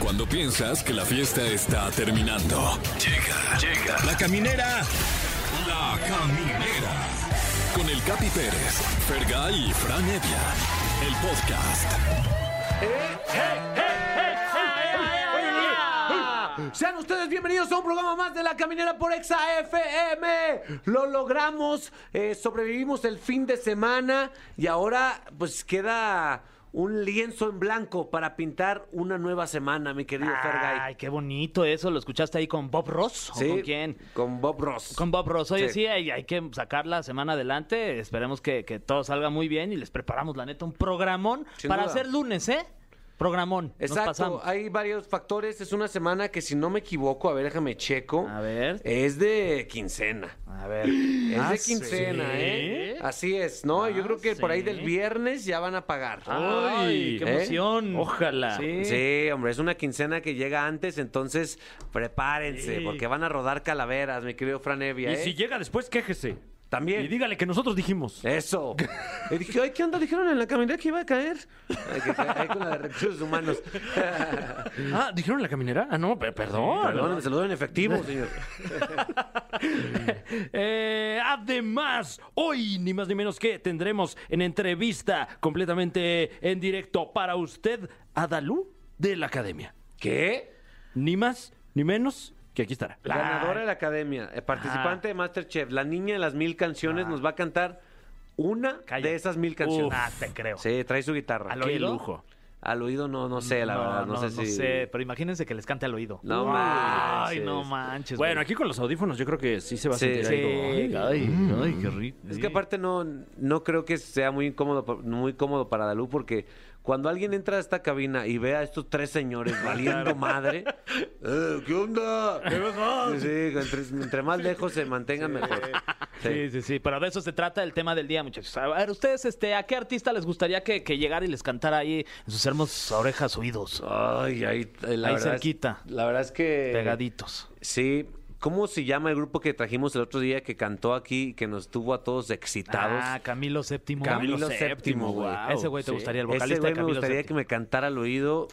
Cuando piensas que la fiesta está terminando. Llega, llega. La caminera. La caminera. Con el Capi Pérez, Fergay y Fran Evia. El podcast. Sean ustedes bienvenidos a un programa más de La Caminera por Exa FM. Lo logramos, eh, sobrevivimos el fin de semana y ahora pues queda un lienzo en blanco para pintar una nueva semana, mi querido Fergay. Ay, qué bonito eso. ¿Lo escuchaste ahí con Bob Ross? ¿O Sí, con quién? Con Bob Ross. Con Bob Ross. Oye, Sí. sí, hay, hay que sacar la semana adelante. Esperemos que, que todo salga muy bien y les preparamos, la neta, un programón Sin para duda. hacer lunes, ¿eh? Programón. Nos Exacto, pasamos. hay varios factores. Es una semana que, si no me equivoco, a ver, déjame checo. A ver. Es de quincena. A ver. Es Ah, de quincena, ¿sí? ¿eh? Así es, ¿no? Yo Ah, creo que por ahí sí. del viernes ya van a pagar. Ay, qué ¿Eh? emoción. Ojalá. Sí. Sí, hombre, es una quincena que llega antes, entonces prepárense, Sí. porque van a rodar calaveras, mi querido Fran Evia, Y ¿eh? si llega después, quéjese. También. Y dígale que nosotros dijimos. Eso. Y dije, ay, ¿qué onda? Dijeron en la caminera que iba a caer. Ay, que cae con la de recursos humanos. Ah, ¿dijeron la caminera? Ah, no, pe- perdón. Perdón, se lo doy en efectivo, señor. Eh, además, hoy, ni más ni menos que, tendremos en entrevista completamente en directo para usted a Dalú de la Academia. ¿Qué? Ni más ni menos que aquí estará. Ganadora de la academia, eh, participante de Masterchef, la niña de las mil canciones, nos va a cantar una Cállate. de esas mil canciones. Uf. Ah, te creo. Sí, trae su guitarra. ¿Al Qué oído? lujo. Al oído no, no sé, la verdad. No, sé si. pero imagínense que les cante al oído. No Uy, Ay, manches. no manches. Bueno, güey. aquí con los audífonos yo creo que sí se va a Sí. sentir Sí. mm. algo. Ay, ay, qué rico. Es que aparte no, no creo que sea muy incómodo, pa- muy cómodo para Dalú, porque cuando alguien entra a esta cabina y ve a estos tres señores valiendo madre, "Eh, ¿qué onda? Sí, sí, entre, entre más lejos se mantengan mejor. Sí. Sí, sí, sí, pero de eso se trata el tema del día, muchachos. A ver, ustedes, este, ¿a qué artista les gustaría que, que llegara y les cantara ahí en sus hermosas orejas, oídos, Ay, ahí, eh, la Ahí verdad es- cerquita. la verdad es que. pegaditos? Sí. ¿Cómo se llama el grupo que trajimos el otro día que cantó aquí y que nos tuvo a todos excitados? Ah, Camilo VII. Camilo VII, güey. A Ese güey te Sí. gustaría, el Ese vocalista güey de me Camilo gustaría VII. que me cantara al oído,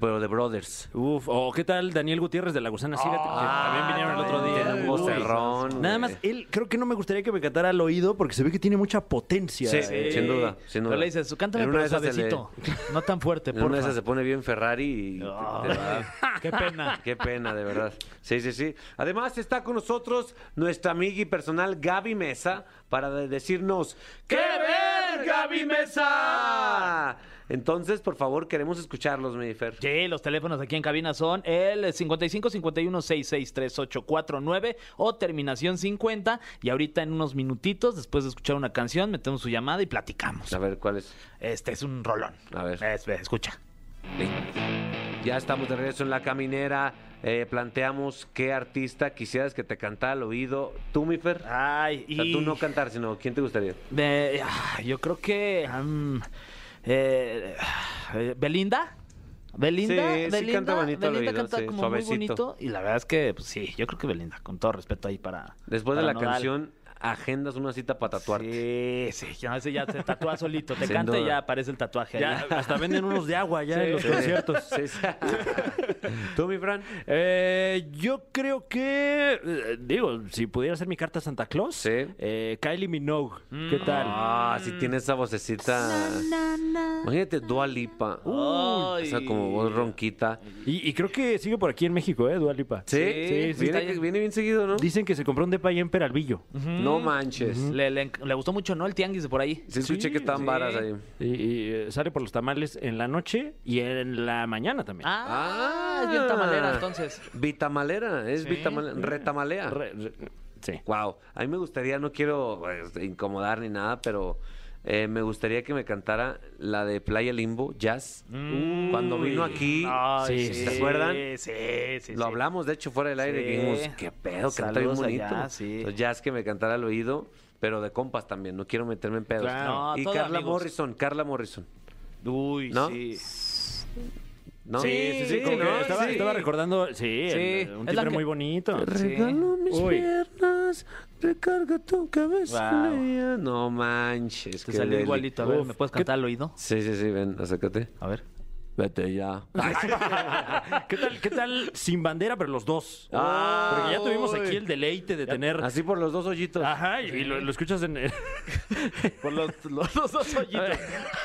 pero de Brothers. Uf, o qué tal Daniel Gutiérrez de La Gusana? Fíjate que Ah, también vinieron el otro día. Ah, Tiene un Uy. vocerrón, Nada güey. más, él creo que no me gustaría que me cantara al oído porque se ve que tiene mucha potencia. Sí, Eh, sin duda, sin duda. Pero le dices, cántame En una pero de esas se le- suavecito, no tan fuerte, En una de esas porfa. se pone bien Ferrari y... de verdad, Ay, Qué pena. Qué pena, de verdad. Sí, sí, sí. Además está con nosotros nuestra amiga y personal Gaby Mesa para de- decirnos... ¡Qué ver, Gaby Mesa! Entonces, por favor, queremos escucharlos, mi Fer. Sí, los teléfonos aquí en cabina son el 55 51 66 3849 o terminación 50. Y ahorita en unos minutitos, después de escuchar una canción, metemos su llamada y platicamos. pues, A ver, ¿cuál es? Este es un rolón. A ver. Es- ve, escucha. Ya estamos de regreso en La Caminera. Eh, planteamos qué artista quisieras que te cantara al oído. ¿Tú, mi Fer? Ay, O y... sea, tú no cantar, sino ¿quién te gustaría? de- ah, yo creo que... mm, eh, eh, Belinda. Belinda, Sí, sí Belinda, canta bonito al Belinda oído, canta sí, como suavecito. muy bonito y la verdad es que pues, sí, yo creo que Belinda, con todo respeto ahí para Después de la para Nodal. canción, agendas una cita para tatuarte. Sí, sí, ya, ese ya se tatúa solito, te Sin canta y duda. ya aparece el tatuaje. Ya, ahí. hasta venden unos de agua ya en los conciertos. Sí, sí. ¿Tú, mi Fran? Eh, yo creo que, eh, digo, si pudiera ser mi carta a Santa Claus, Sí. eh, Kylie Minogue, ¿qué tal? Ah, si tiene esa vocecita. Imagínate Dua Lipa. Ay. Esa como voz ronquita. Y, y creo que sigue por aquí en México, ¿eh? Dua Lipa. Sí, sí, sí, viene, está bien. viene bien seguido, ¿no? Dicen que se compró un depa ahí en Peralvillo. No manches. Le, le- le gustó mucho, ¿no? El tianguis de por ahí. Sí, escuché que estaban sí. varas ahí. Y, y, eh, sale por los tamales en la noche y en la mañana también. Ah, es bien tamalera entonces. Vitamalera, es Sí. vitamalera, retamalea. Re- re- sí. Wow, a mí me gustaría, no quiero pues, incomodar ni nada, pero eh, me gustaría que me cantara la de Playa Limbo, Jazz. Mm. Cuando vino aquí, Ay, Sí, ¿se acuerdan? Sí, Ah, sí, lo sí. hablamos, de hecho, fuera del aire, Sí. que dijimos, qué pedo, canta bien Saludos bonito. allá, sí. Entonces, jazz que me cantara al oído, pero de compas también, no quiero meterme en pedos. Claro. No, y todo Carla amigos. Morrison, Carla Morrison. Uy, ¿No? sí. ¿no? Sí, sí, sí, como que ¿no? estaba, Sí. estaba recordando, sí, el- Es un la timbre que- muy bonito. Sí. Regalo mis Uy. piernas, recarga tu cabeza. Guau. Lea. No manches. Te qué salió deli. igualito. A ver, Uf, ¿me puedes ¿qué- cantar al oído? Sí, sí, sí, ven, acércate. A ver. Vete ya. ¿Qué tal, ¿Qué tal sin bandera, pero los dos? Ah. Porque ya tuvimos aquí Uy. el deleite de tener. Así por los dos hoyitos. Ajá, y y lo, lo escuchas en. Por los, los- los dos hoyitos.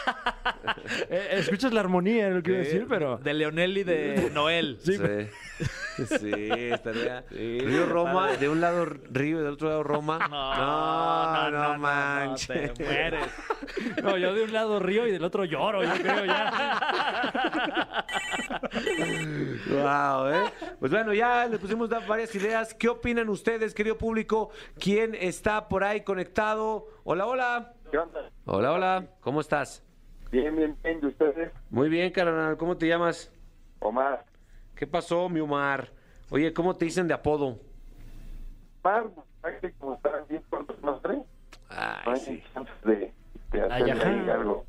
Eh, escuchas la armonía, no quiero Sí. decir, pero. De Leonel y de Noel. Sí, sí estaría. Río Roma, de un lado Río y del otro lado Roma. No, no, manches. te mueres. No, yo de un lado río y del otro lloro, yo creo ya. Wow, ¿eh? Pues bueno, ya les pusimos da- varias ideas. ¿Qué opinan ustedes, querido público? ¿Quién está por ahí conectado? Hola, hola. ¿Qué onda? Hola, hola. ¿Cómo estás? Bien, bien, bien. ¿De ustedes? Muy bien, carnal. ¿Cómo te llamas? Omar. ¿Qué pasó, mi Omar? Oye, ¿cómo te dicen de apodo? Omar, ¿sabes que como están bien con los nombres? No Ay, hay sí. chance de, de Ay, hacerle ajá. ahí algo.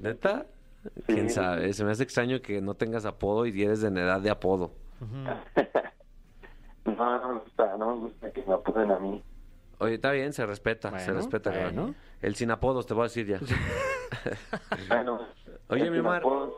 ¿Neta? ¿Quién sabe? Se me hace extraño que no tengas apodo y eres de en edad de apodo. No, no me gusta, no me gusta que me apoden a mí. Oye, está bien, se respeta, se Bueno, respeta. carnal. bueno. El sin apodos te voy a decir ya. Bueno. Oye, mi me Omar. apodan.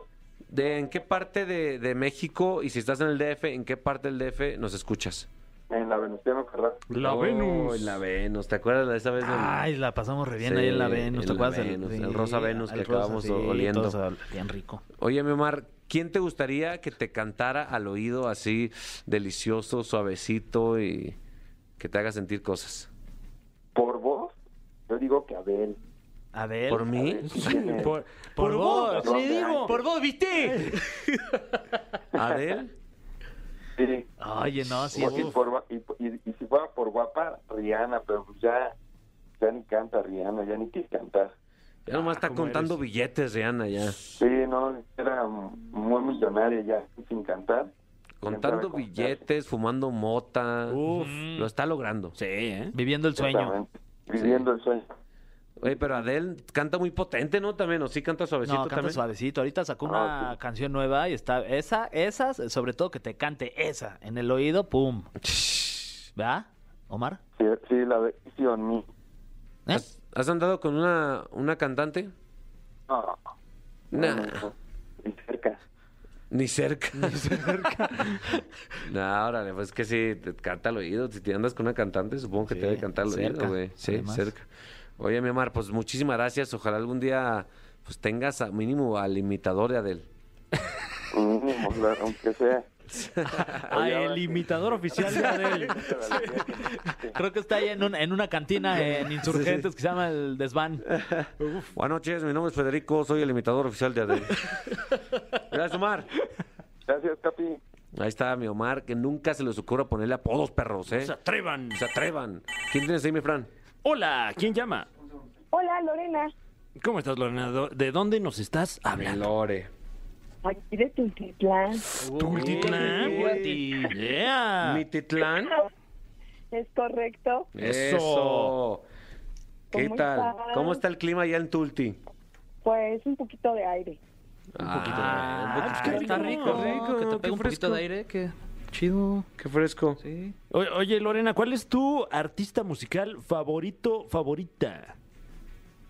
¿De en qué parte de, de México y si estás en el DF, en qué parte del DF nos escuchas? En la Venustiano Carranza. La Oh, Venus. La Venus, ¿te acuerdas de esa vez? del- Ay, la pasamos re bien Sí, ahí en la en Venus. ¿Te la acuerdas del- Venus, el rosa Venus al que rosa, acabamos sí, oliendo. todos al- bien rico. Oye, mi Omar, ¿quién te gustaría que te cantara al oído así delicioso, suavecito y que te haga sentir cosas? Por vos, yo digo que Abel. A ver. ¿Por mí? Abel sí tiene- Por Por, por vos, vos, por le digo. Por vos, ¿viste? ¿Adel? sí. Oye, no, sí. Porque por gua- y, y- y si fuera por guapa, Rihanna, pero pues ya, ya ni canta Rihanna, ya ni quiere cantar. Ya nomás Ah, está ¿cómo contando eres? billetes, Rihanna, ya. Sí, no, era muy millonaria ya, sin cantar. Contando sabe cómo se billetes, fumando mota. Uf. Lo está logrando. Sí, ¿eh? Viviendo el sueño. Exactamente. Viviendo el sueño. Oye, pero Adel canta muy potente, ¿no? También, ¿o sí canta suavecito No, canta también? suavecito. Ahorita sacó una Ah, sí. canción nueva y está. Esa, esas, sobre todo que te cante esa en el oído, pum. ¿Verdad, Omar? Sí, sí, la de Easy on Me. ¿Eh? ¿Has, has andado con una, una cantante? No, Nah, no, no, ni cerca. ni cerca. Ni cerca. nah, órale, pues que si te canta al oído, si te andas con una cantante, supongo que Sí, te debe cantar al cerca, oído, güey. Sí, además. cerca. Oye, mi Omar, pues muchísimas gracias. Ojalá algún día pues tengas a, mínimo al imitador de Adel. Mínimo, claro, aunque sea. A el imitador oficial de Adel. Creo que está ahí en, un- en una cantina en Insurgentes que se llama El Desván. Buenas noches, mi nombre es Federico, soy el imitador oficial de Adel. gracias, Omar. Gracias, Capi. Ahí está mi Omar, que nunca se les ocurra ponerle apodos perros, ¿eh? Se atrevan. Se atrevan. ¿Quién tienes ahí, mi Fran? Hola, ¿quién llama? Hola, Lorena. ¿Cómo estás, Lorena? ¿Do- ¿De dónde nos estás hablando? Lore. Aquí de Tultitlán. Tultitlán. Uy. Oh, Yeah. Mititlán. ¿Es correcto? Eso. ¿Qué ¿Cómo tal? están? ¿Cómo está el clima allá en Tulti? Pues un poquito de aire. Un poquito. Ah, pues qué está rico, que te qué pegue un poquito fresco. de aire, que chido. Qué fresco. Sí. O- Oye, Lorena, ¿cuál es tu artista musical favorito, favorita?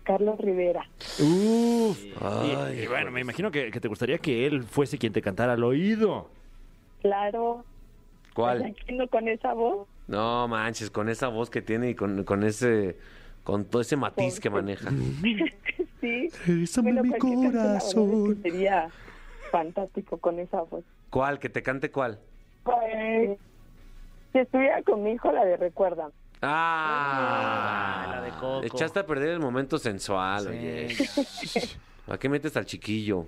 Carlos Rivera. Uf. Y, Ay, y bueno, me imagino que, que te gustaría que él fuese quien te cantara al oído. Claro. ¿Cuál? Aquí no con esa voz. No manches, con esa voz que tiene y con, con ese con todo ese matiz que maneja. sí. Bueno, mi corazón. Sería fantástico con esa voz. ¿Cuál? Que te cante cuál. Pues, si estuviera con mi hijo, la de Recuerda. Ah, Ah, la de Coco. Echaste a perder el momento sensual, Sí. oye. ¿A qué metes al chiquillo?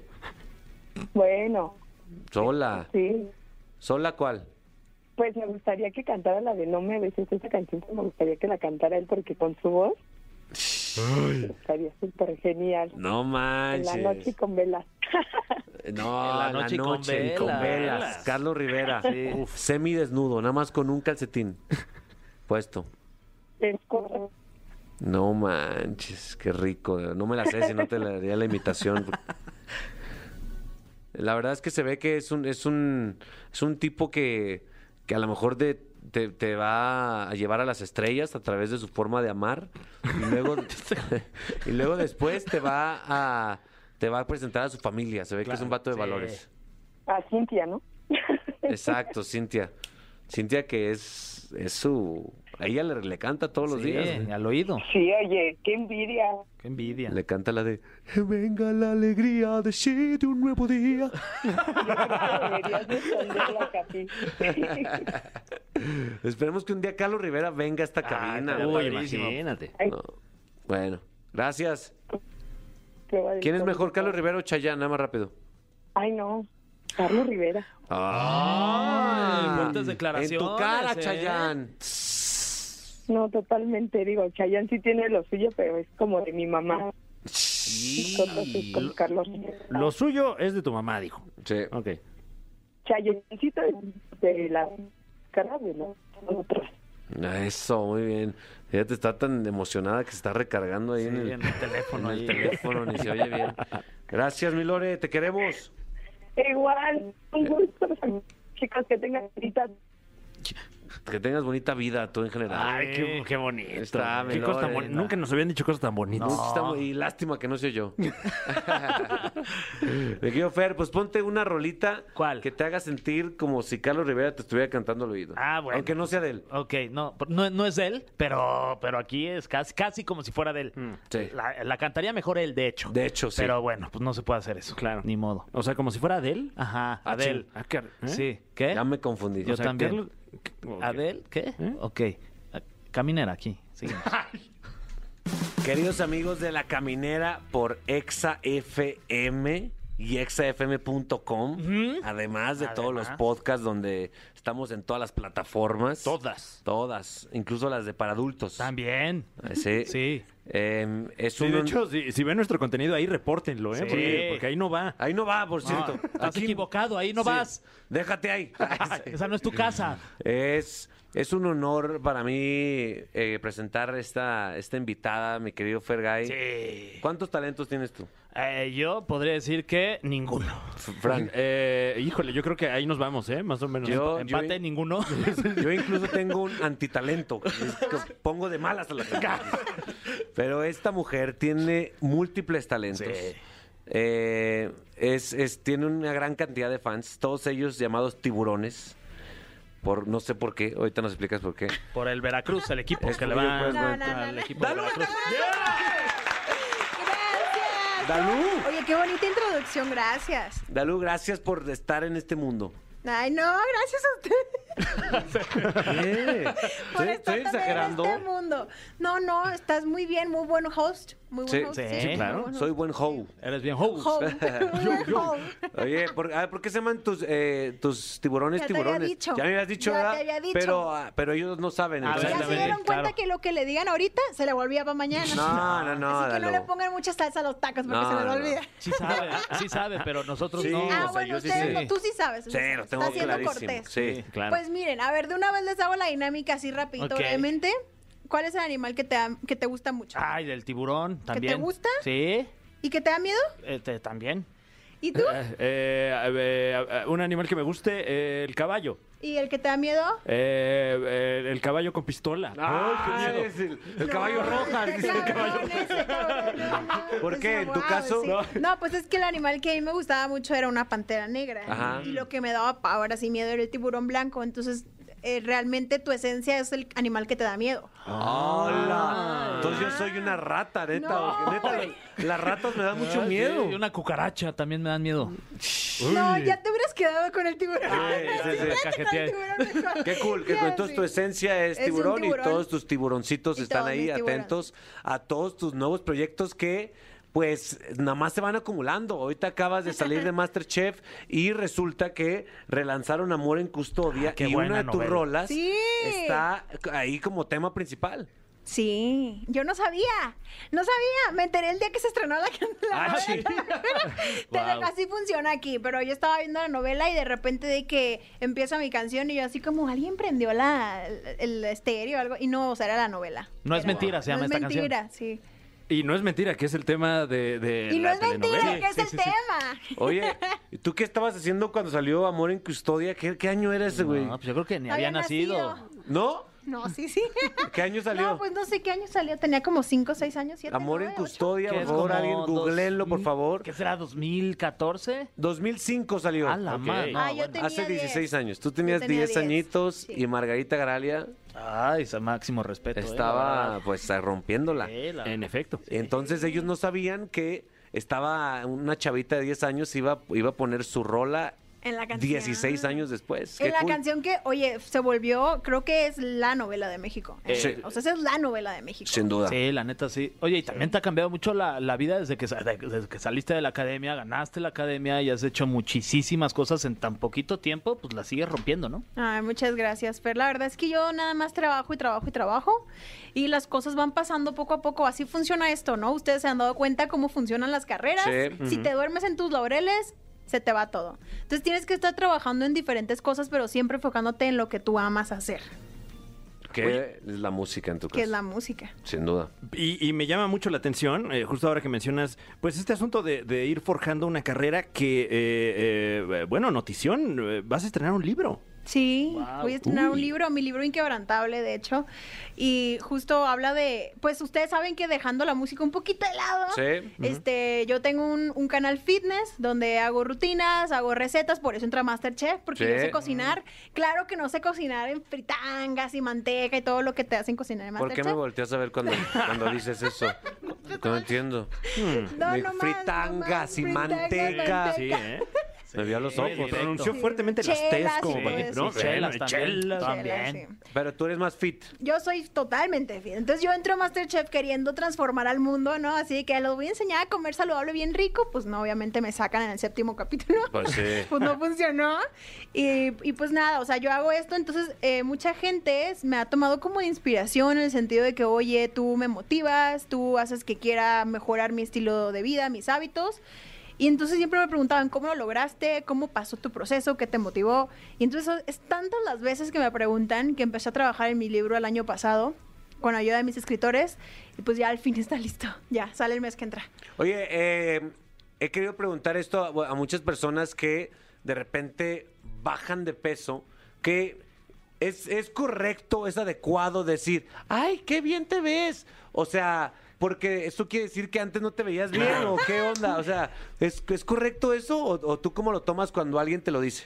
Bueno, Sola. sí. ¿Sola cuál? Pues me gustaría que cantara la de No me beses. Esa canción me gustaría que la cantara él porque con su voz estaría súper genial. No En manches. la noche y con velas. No, en la noche, y con y con velas. velas. Carlos Rivera. Uf, semidesnudo, nada más con un calcetín puesto. Es correcto. No manches, qué rico. No me la sé si no te la daría la imitación. La verdad es que se ve que es un, es un, es un tipo que, que a lo mejor de- te, te va a llevar a las estrellas a través de su forma de amar. Y luego, y luego después te va a, te va a presentar a su familia. Se ve que es un vato de sí. valores. A Cintia, ¿no? Exacto, Cintia. Cintia que es, es su... A ella le, le canta todos los Sí, días. ¿eh? al oído. Sí, oye, qué envidia. Qué envidia. Le canta la de... Venga la alegría de sí de un nuevo día. Deberías de esconderla, Capi. Esperemos que un día Carlos Rivera venga a esta cabina. Ah, estaría güey. padrísimo. imagínate. Ay, No. Bueno, gracias. prueba del ¿Quién es COVID. mejor, Carlos Rivera o Chayanne? Nada más rápido. Ay, no. Carlos Rivera. Ay, ¡Ah! fuertes En tu declaraciones, cara, ¿eh? Chayanne. No, totalmente. Digo, Chayanne sí tiene lo suyo, pero es como de mi mamá. Sí. Nosotros es como Carlos Rivera. Lo suyo es de tu mamá, dijo. Ok. Chayancito de la cara de los otros. Eso, muy bien. Fíjate, está tan emocionada que se está recargando ahí en el, en el teléfono en el ahí. teléfono, ni se oye bien. Gracias, mi Lore, te queremos. Igual, un gusto, chicos, que tengan ahorita Que tengas bonita vida, tú en general. Ay, qué, qué bonito. Está, Qué mi cosa tan Lore, boni- no. Nunca nos habían dicho cosas tan bonitas. Nunca está- y lástima que no soy yo. Me quiero Fer, pues ponte una rolita ¿Cuál? que te haga sentir como si Carlos Rivera te estuviera cantando al oído. Ah, bueno. Aunque no sea de él. Ok, no, por- no, no es de él, pero, pero aquí es casi, casi como si fuera de él. sí. la, la cantaría mejor él, de hecho. De hecho, sí. Pero bueno, pues no se puede hacer eso. Claro. Ni modo. O sea, como si fuera Adel. Ajá, Ah, Adel. Ah, car- ¿eh? Sí, ¿qué? Ya me ¿Eh? confundí. Yo O sea, también. Carlos- Ok. Adel, ¿qué? Ok. Ah, Caminera aquí. Seguimos. Queridos amigos de La Caminera por Exa FM y exafm.com, además de todos los Además. podcasts donde estamos en todas las plataformas. Todas. Todas, incluso las de para adultos. También. Eh, Sí. Sí. Eh, es Sí, un- de hecho, si, si ven nuestro contenido ahí, repórtenlo, ¿eh? Sí. Porque, porque ahí no va. Ahí no va, por No, cierto. estás Aquí- equivocado, ahí no Sí. vas. Déjate ahí. Esa no es tu casa. Es, es un honor para mí eh, presentar esta, esta invitada, mi querido Fergay. Sí. ¿Cuántos talentos tienes tú? Eh, yo podría decir que ninguno. Fran. Eh, híjole, yo creo que ahí nos vamos, ¿eh? Más o menos. Yo- Empate, in- ninguno. Yo incluso tengo un antitalento, que es que pongo de malas a las personas. Pero esta mujer tiene múltiples talentos. Sí. Eh, es, es- tiene una gran cantidad de fans, todos ellos llamados tiburones. Por, no sé por qué, ahorita nos explicas por qué. Por el Veracruz, el equipo Es que le tuyo, va pues, no, no, al no. equipo de ¡Dale una Veracruz. Gracias. Dalú. Oye, qué bonita introducción, gracias. Dalu, gracias por estar en este mundo. ¿Eh? Ay, no, gracias a usted Estoy, por estar estoy también exagerando. en este mundo. No, no, estás muy bien, muy buen host, muy buen Sí, host. sí, claro. muy buen Soy host. buen hoe. Eres bien host. Host, muy buen host. Oye, ¿por, a ver, ¿por qué se llaman tus, eh, tus tiburones Ya te había tiburones? dicho. Ya me habías dicho, Ya ¿verdad? te había dicho. Pero, ah, pero ellos no saben. A ver, Ya se exactamente. dieron cuenta claro. que lo que le digan ahorita se le volvía para mañana. No, no, no, Así que no Dalu. le pongan mucha salsa a los tacos porque No, se les no, no. olvida. Sí sabe, sí sabe, pero nosotros Sí. no. o ah, sea, bueno, yo sí ustedes sé. no, tú sí sabes. tú sí Sí, sabes. lo tengo Estás siendo clarísimo. cortés. Sí. claro. Pues miren, a ver, de una vez les hago la dinámica así rapidito, Ok. brevemente. ¿Cuál es el animal que te, da- que te gusta mucho? Ah. Ay, del tiburón también. te gusta? Sí, ¿Y que te da miedo? este, también. ¿Y tú? Eh, eh, eh, eh, un animal que me guste, eh, el caballo. ¿Y el que te da miedo? Eh, eh, el caballo con pistola. Ah, es el, el caballo roja. dice el caballo. ¿Por qué? ¿En tu caso? No. no, pues es que el animal que a mí me gustaba mucho era una pantera negra. Ajá. Y lo que me daba pavor, así miedo, era el tiburón blanco. Entonces, eh, realmente tu esencia es el animal que te da miedo. Hola. Entonces yo soy una rata, neta. No, porque neta, güey. las- las ratas me dan mucho Ay, miedo. sí, y una cucaracha también me dan miedo. No, ya te hubieras quedado con el tiburón. sí, sí. Quédate con el tiburón mejor. Qué cool, qué Ya, cool. Entonces sí. tu esencia es Es un tiburón, tiburón. y todos tus tiburoncitos Y están todos ahí mis tiburones. atentos a todos tus nuevos proyectos que pues nada más se van acumulando. Ahorita acabas de salir de Masterchef y resulta que relanzaron Amor en Custodia Ah, qué y buena una de tus novela. rolas Sí. está ahí como tema principal. Sí, yo no sabía, no sabía, me enteré el día que se estrenó la, la Ah, sí. novela. Te Guau. digo, así funciona aquí, pero yo estaba viendo la novela y de repente de que empieza mi canción y yo así como alguien prendió la el estéreo o algo y no, o sea, era la novela. No es Era- mentira, se no llama es esta canción. mentira, sí. Y no es mentira, que es el tema de, de Y no la es mentira, telenovela. que es Sí, el sí, sí. tema. Oye, ¿y ¿tú qué estabas haciendo cuando salió Amor en Custodia? ¿Qué, qué año era ese, güey? No, pues yo creo que ni No había había nacido. nacido. ¿No? No, sí, sí. ¿Qué año salió? No, pues no sé qué año salió. Tenía como 5, 6 años, 7. Amor en custodia, Oh, por favor, alguien googleenlo, por favor. ¿Qué será, 2014? 2005 salió. A la Ok. madre. no, Ah, yo bueno. tenía Hace 10. 16 años. Tú tenías Yo tenía 10 añitos sí. y Margarita Gralia Ay, ese máximo respeto. ¿eh? estaba pues rompiéndola. Eh, la- En efecto. Entonces ellos no sabían que estaba una chavita de 10 años iba, iba a poner su rola En la canción. 16 años después. Qué En la cool. canción que, oye, se volvió, creo que es la novela de México. Eh, Sí. O sea, esa es la novela de México. Sin duda. Sí, la neta sí. Oye, y también te ha cambiado mucho la, la vida desde que, sa- de- desde que saliste de la academia, ganaste la academia y has hecho muchísimas cosas en tan poquito tiempo, pues la sigues rompiendo, ¿no? Ay, muchas gracias, Fer. La verdad es que yo nada más trabajo y trabajo y trabajo y las cosas van pasando poco a poco. Así funciona esto, ¿no? Ustedes se han dado cuenta cómo funcionan las carreras. Sí. Si te duermes en tus laureles, se te va todo. Entonces tienes que estar trabajando en diferentes cosas, pero siempre enfocándote en lo que tú amas hacer, Que es la música en tu caso. que es la música. Sin duda. Y, y me llama mucho la atención, eh, justo ahora que mencionas, pues este asunto de, de ir forjando una carrera que, eh, eh, bueno, notición, eh, vas a estrenar un libro. Sí, Guau. voy a estrenar un Uy. libro, mi libro inquebrantable, de hecho, y justo habla de, pues ustedes saben que dejando la música un poquito de lado, Sí. este, yo tengo un, un canal fitness donde hago rutinas, hago recetas, por eso entra MasterChef, porque Sí. yo sé cocinar, claro que no sé cocinar en fritangas y manteca y todo lo que te hacen cocinar en ¿Por qué MasterChef. me volteas a ver cuando, cuando dices eso? No entiendo. no, Me- no más, no fritangas más, y fritangas, manteca. manteca. Sí, ¿eh? Me vio a los Oye, ojos. directo. Pronunció fuertemente las Chelas T's y como todo para- eso. ¿no? Sí, chelas también. chelas. También. Chela, sí. Pero tú eres más fit. Yo soy totalmente fiel. Entonces yo entro a Masterchef queriendo transformar al mundo, ¿no? Así que los voy a enseñar a comer saludable bien rico. Pues no, obviamente me sacan en el séptimo capítulo. Pues sí. Pues no funcionó. Y, y pues nada, o sea, yo hago esto. Entonces eh, mucha gente es- me ha tomado como de inspiración en el sentido de que, oye, tú me motivas, tú haces que quiera mejorar mi estilo de vida, mis hábitos. Y entonces siempre me preguntaban, ¿cómo lo lograste? ¿Cómo pasó tu proceso? ¿Qué te motivó? Y entonces es tantas las veces que me preguntan que empecé a trabajar en mi libro el año pasado con ayuda de mis escritores y pues ya al fin está listo. Ya, sale el mes que entra. Oye, eh, he querido preguntar esto a, a muchas personas que de repente bajan de peso, que es, es correcto, es adecuado decir, ay, qué bien te ves. O sea, porque eso quiere decir que antes no te veías bien o qué onda. O sea, ¿es, es correcto eso o, o tú cómo lo tomas cuando alguien te lo dice?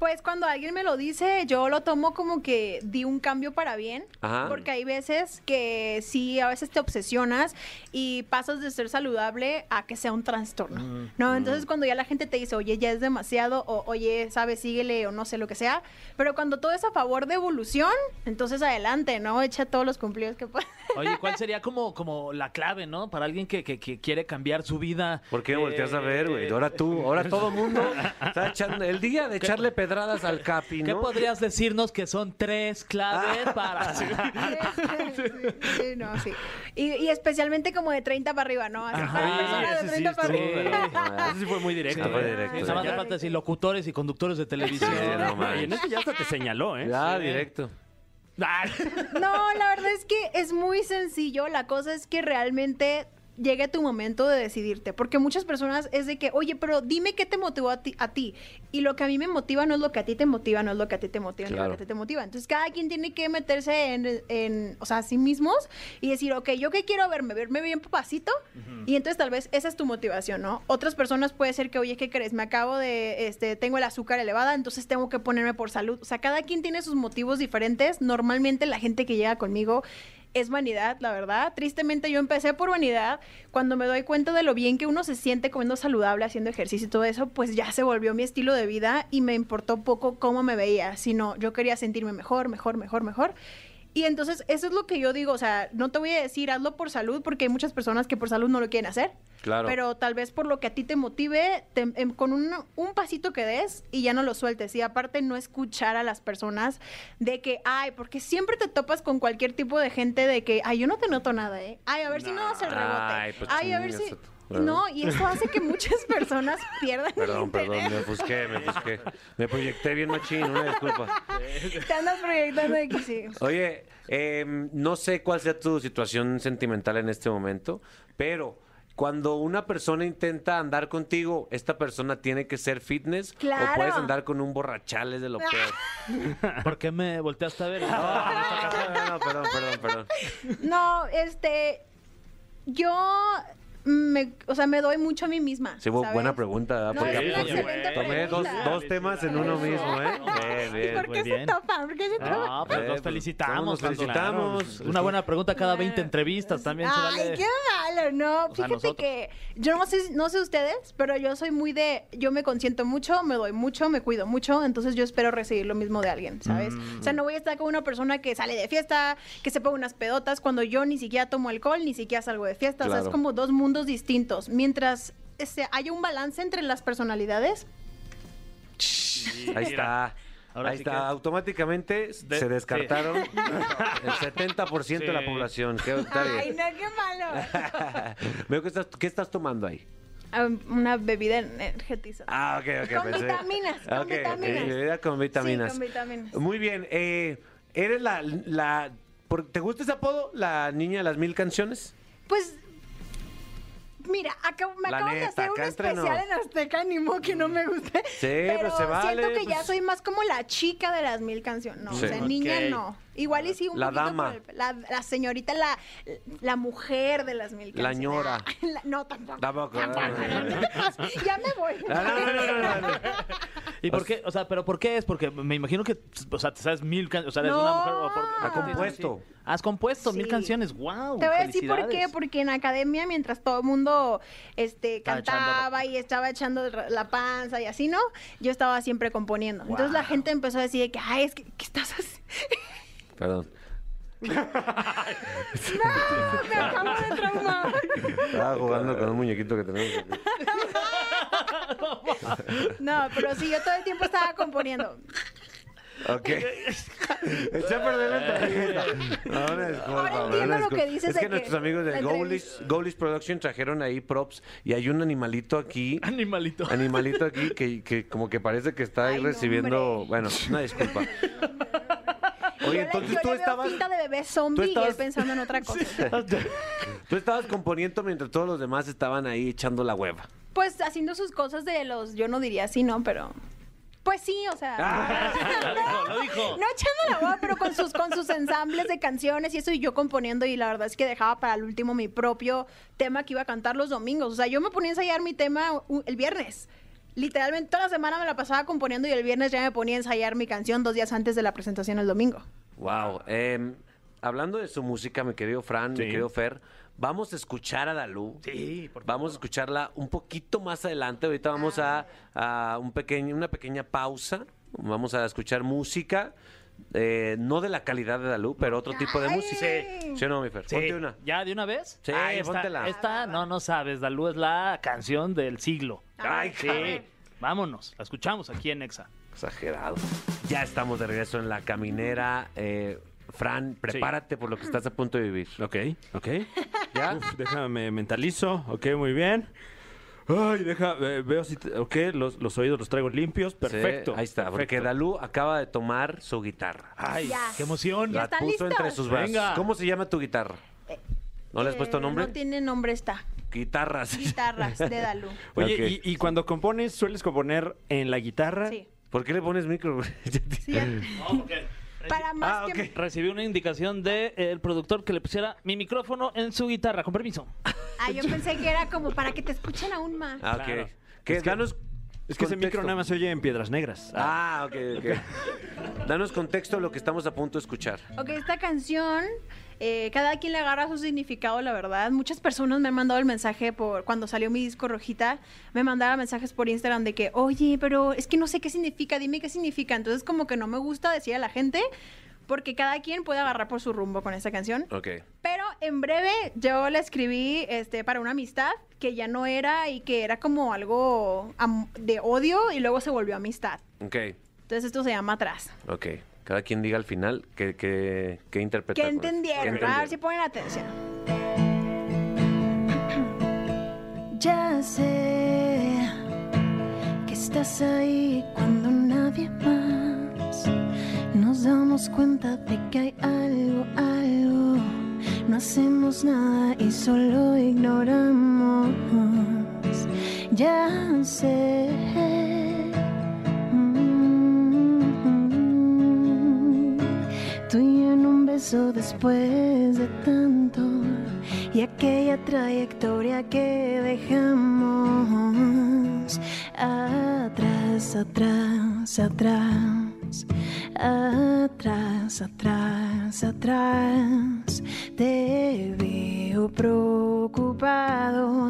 Pues cuando alguien me lo dice, yo lo tomo como que di un cambio para bien, Ajá. porque hay veces que sí, a veces te obsesionas y pasas de ser saludable a que sea un trastorno, ¿no? Entonces cuando ya la gente te dice, oye, ya es demasiado, o oye, sabes, síguele, o no sé, lo que sea, pero cuando todo es a favor de evolución, entonces adelante, ¿no? Echa todos los cumplidos que puedas. Oye, ¿cuál sería como, como la clave, no? Para alguien que, que- que quiere cambiar su vida. ¿Por qué me Eh, volteas a ver, güey? Ahora tú, ahora todo mundo está echando el día de echarle pedradas al capi, ¿Qué ¿no? Ah, podrías decirnos que son tres claves para...? Sí, sí, no, sí. Y, y especialmente como de 30 para arriba, ¿no? Así, para personas de 30 para estuvo, arriba. pero- Eso sí fue muy directo. Sí, fue ¿eh? directo, Nada más Ya. te falta decir locutores y conductores de televisión. Sí, no No, y en manches. eso ya hasta te señaló, ¿eh? Ya, Sí. directo. Ay. No, la verdad es que es muy sencillo. La cosa es que realmente llegue tu momento de decidirte. Porque muchas personas es de que, oye, pero dime qué te motivó a ti. A ti. Y lo que a mí me motiva no es lo que a ti te motiva, no es lo que a ti te motiva, no es Claro. lo que a ti te motiva. Entonces cada quien tiene que meterse en, en, o sea, a sí mismos y decir, ok, ¿yo qué quiero verme? ¿Verme bien papacito? Y entonces tal vez esa es tu motivación, ¿no? Otras personas puede ser que, oye, ¿qué crees? Me acabo de, este, tengo el azúcar elevada, entonces tengo que ponerme por salud. O sea, cada quien tiene sus motivos diferentes. Normalmente la gente que llega conmigo es vanidad, la verdad. Tristemente yo empecé por vanidad. Cuando me doy cuenta de lo bien que uno se siente comiendo saludable, haciendo ejercicio y todo eso, pues ya se volvió mi estilo de vida y me importó poco cómo me veía, sino yo quería sentirme mejor, mejor, mejor, mejor. Y entonces eso es lo que yo digo, o sea, no te voy a decir hazlo por salud porque hay muchas personas que por salud no lo quieren hacer. Claro. Pero tal vez por lo que a ti te motive, te- em, con un, un pasito que des y ya no lo sueltes. Y aparte no escuchar a las personas de que, ay, porque siempre te topas con cualquier tipo de gente de que, ay, yo no te noto nada, ¿eh? Ay, a ver si no das el rebote. Ay, Ay, pues, a ver si... chingas a tu- No, y eso hace que muchas personas pierdan el Perdón, interés. perdón, me ofusqué, me ofusqué. Me proyecté bien machín, una disculpa. Te andas proyectando de que sí. Oye, em, no sé cuál sea tu situación sentimental en este momento, pero cuando una persona intenta andar contigo, esta persona tiene que ser fitness o Claro. puedes andar con un borrachales de lo peor. ¿Por qué me volteaste a ver? No, Ah, no, no, perdón, perdón, perdón. No, este. Yo. Me, o sea, me doy mucho a mí misma. Sí, bu- ¿sabes? buena pregunta, ¿verdad? No, Porque es una apunté- excelente tomé dos, pregunta. dos temas en uno mismo, ¿eh? Bien, ¿Y bien. por qué muy bien. se topan? ¿Por qué se topan? Ah, pues Eh, los pues, felicitamos. nos Fernando. felicitamos. Pues, Una buena pregunta cada 20 entrevistas también. se Ay, vale. qué malo, no. sea, Fíjate nosotros. que yo no sé, no sé ustedes, pero yo soy muy de, yo me consiento mucho, me doy mucho, me cuido mucho, entonces yo espero recibir lo mismo de alguien, ¿sabes? Mm. O sea, no voy a estar con una persona que sale de fiesta, que se pone unas pedotas, cuando yo ni siquiera tomo alcohol, ni siquiera salgo de fiesta, o sea, Claro. es como dos mundos distintos. Mientras este, haya un balance entre las personalidades, Ahí está. Ahora Ahí sí está, que- automáticamente De- se descartaron el 70% de la Sí. población. Qué, está ay, bien. no, qué malo. Veo que estás, ¿qué estás tomando ahí? Ah, Una bebida energetizante. Ah, ok, ok. Con vitaminas, con Ok, ok, vitaminas. bebida con vitaminas. Sí, con vitaminas. Muy bien. eh, ¿Eres la... la por- ¿Te gusta ese apodo? ¿La niña de las mil canciones? Pues. Mira, acabo- me La acaban de neta, hacer un acá entre especial nos. en Azteca, ni modo que no me guste. Sí, pero se vale, Siento que ya pues. soy más como la chica de las mil canciones. No, Sí. o sea, niña Ok. no. Igual y sí, un La poquito dama. por el- la, la señorita, la, la mujer de las mil La canciones. ñora. La- no, tampoco. Tampoco, Tampoco, no, no, no. no te pases. ya me voy. No, no, no, no, no, no. ¿Y por pues, qué? O sea, ¿pero por qué es? Porque me imagino que, o sea, te sabes mil canciones. O sea, eres No. una mujer. O por- Ha ¿por qué Ah, te dicen compuesto. así? Has compuesto mil Sí. canciones. ¡Wow! Te voy a decir por qué, porque en academia mientras todo el mundo este, Estaba echando cantaba y estaba echando la panza y así, ¿no? Yo estaba siempre componiendo. Entonces la gente empezó a decir de que, ay, es que ¿qué estás haciendo? Perdón. Me acabo de traumar. Estaba Ah, jugando con un muñequito que tenemos aquí. No, pero sí, yo todo el tiempo estaba componiendo. Ok. Eché a perder la entrevista. Ahora disculpa, Ahora ahora entiendo lo disculpa. que dices Es de que, que nuestros amigos de la Goulish, Goulish Production trajeron ahí props y hay un animalito aquí. Animalito. Animalito aquí que, que como que parece que está ahí Ay, no, recibiendo. hombre. Bueno, una disculpa. Oye, yo le, entonces yo tú le veo estabas, pinta de bebé zombie y estabas- él pensando en otra cosa. tú estabas componiendo mientras todos los demás estaban ahí echando la hueva. Pues haciendo sus cosas de los, yo no diría así, ¿no? Pero... Pues sí, o sea... Ah, dijo, lo dijo. No echando la boca, pero con sus, con sus ensambles de canciones y eso, y yo componiendo, y la verdad es que dejaba para el último mi propio tema que iba a cantar los domingos. O sea, yo me ponía a ensayar mi tema uh, el viernes. Literalmente toda la semana me la pasaba componiendo y el viernes ya me ponía a ensayar mi canción dos días antes de la presentación el domingo. Wow. em, hablando de su música, mi querido Fran, mi querido Fer, vamos a escuchar a Dalu. Sí, por Vamos a escucharla un poquito más adelante. Ahorita vamos a, a un pequeño, una pequeña pausa. Vamos a escuchar música. eh, no de la calidad de Dalu, pero otro tipo de Ay. música. Sí. ¿Sí o no, mi Fer? Sí. Ponte una. ¿Ya de una vez? Sí, Ahí está. póntela. Esta, no, no sabes. Dalú es la canción del siglo. Ay, Sí. Vámonos. La escuchamos aquí en Exa. Exagerado. Ya estamos de regreso en la caminera. Eh, Fran, prepárate por lo que estás a punto de vivir. Ok, ok. ¿Ya? Uf, déjame mentalizo. Ok, muy bien. Ay, deja, eh, veo si. te- ok, los, los oídos los traigo limpios. Perfecto. Sí, ahí está, porque perfecto. Dalu acaba de tomar su guitarra. Ay, Ya. ¡Qué emoción! Ya La están puso listos? entre sus brazos. Venga. ¿Cómo se llama tu guitarra? ¿No le has Eh, puesto nombre? No tiene nombre esta. Guitarras. Guitarras de Dalu. Oye, Ok. y, y cuando compones, ¿sueles componer en la guitarra? Sí. ¿Por qué le pones micro? Sí, ya. Eh. Para más Ah, que... ok. Recibí una indicación del productor que le pusiera mi micrófono en su guitarra. Con permiso. Ah, yo pensé que era como para que te escuchen aún más. Ah, ok. Claro. ¿Qué? Es que- Danos Es que ese contexto. micro nada más se oye en piedras negras. Ah, ok, ok. Danos contexto a lo que estamos a punto de escuchar. Ok, esta canción, eh, cada quien le agarra su significado, la verdad. Muchas personas me han mandado el mensaje por cuando salió mi disco Rojita, me mandaron mensajes por Instagram de que, oye, pero es que no sé qué significa, dime qué significa. Entonces, como que no me gusta decir a la gente, porque cada quien puede agarrar por su rumbo con esta canción. Ok. Pero en breve yo la escribí este, para una amistad que ya no era y que era como algo am- de odio y luego se volvió amistad. Ok, Entonces esto se llama atrás. ok. Cada quien diga al final qué que, que interpreta. Que con eso. entendieron, ¿Qué ¿verdad? a ver si ponen atención. Ya sé que estás ahí cuando nadie más nos damos cuenta de que hay algo, algo No hacemos nada y solo ignoramos. Ya sé. Mm. Mm-hmm. Tú y yo en un beso después de tanto. Y aquella trayectoria que dejamos atrás, atrás, atrás. Atrás, atrás, atrás, te veo preocupado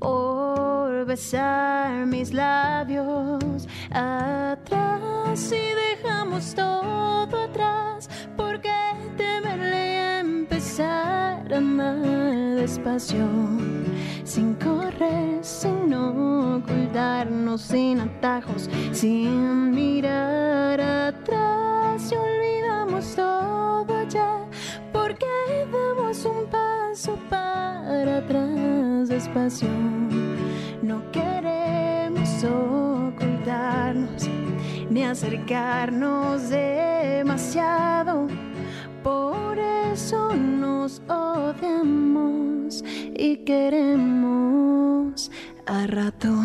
por besar mis labios. Atrás y dejamos todo atrás, porque temerle empezar a andar despacio, sin correr, sin ocultarnos, sin atajos, sin mirar atrás y olvidamos todo ya, porque damos un paso para atrás despacio. No queremos ocultarnos ni acercarnos demasiado. Por eso nos odiamos y queremos a ratos.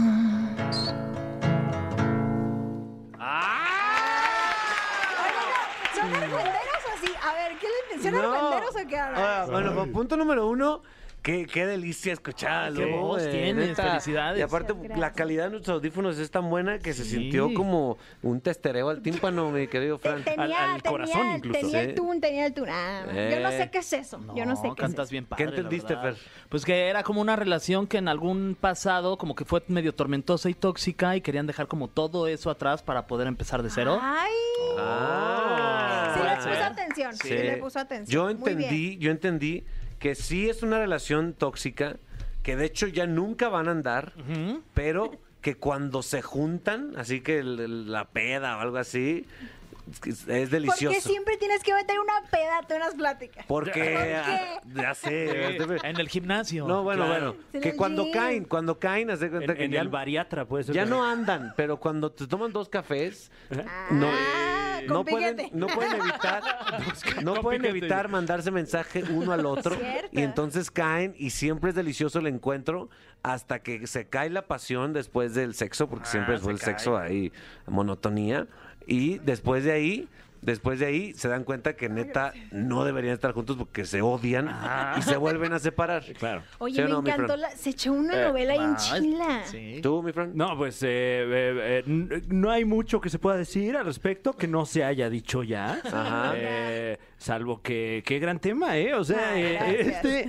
¿Son argüenderos o sí? A ver, ¿qué le ¿Son argüenderos o qué ahora? Ah, bueno, pues, punto número uno. Qué, qué delicia escucharlo. Qué voz eh, tienes, felicidades. Y aparte, Muchas gracias. la calidad de nuestros audífonos es tan buena que se Sí. sintió como un testereo al tímpano, mi querido Fran. Tenía, al tenía, corazón el- incluso. tenía Sí. el tun, tenía el tun. Ah, Yo no Eh. sé qué es eso. yo no sé qué es cantas eso. bien padre, la entendiste, verdad. Fer? Pues que era como una relación que en algún pasado como que fue medio tormentosa y tóxica y querían dejar como todo eso atrás para poder empezar de cero. Ay, Ah. sí puede le puso ser. atención. Sí. le puso atención. Yo Muy bien. entendí, yo entendí que sí es una relación tóxica, que de hecho ya nunca van a andar, pero que cuando se juntan, así que el- el- la peda o algo así, es, es delicioso. Porque siempre tienes que meter una pedata en unas pláticas. Porque ya sé. En el gimnasio. No, bueno, Claro. bueno. En Que el cuando gym. caen, cuando caen, haz de En, cuenta que en ya, el bariatra, puede ser. ya no también. andan, pero cuando te toman dos cafés, no, eh, Ah, con no pueden, piquete. no pueden evitar, no pueden piquete. evitar mandarse mensaje uno al otro. Cierto. Y entonces caen y siempre es delicioso el encuentro hasta que se cae la pasión después del sexo, porque Ah, siempre fue el sexo ahí, monotonía. Y después de ahí... Después de ahí se dan cuenta que neta no deberían estar juntos porque se odian y se vuelven a separar. Ah. Claro. Oye, ¿Sí o me no, mi encantó. Fran? Eh, la- se echó una novela en China. Sí. ¿Tú, mi Fran? No, pues eh, eh, eh, n- no hay mucho que se pueda decir al respecto que no se haya dicho ya. Ajá. Eh, salvo que qué gran tema, ¿eh? O sea, Ah, eh, gracias. este,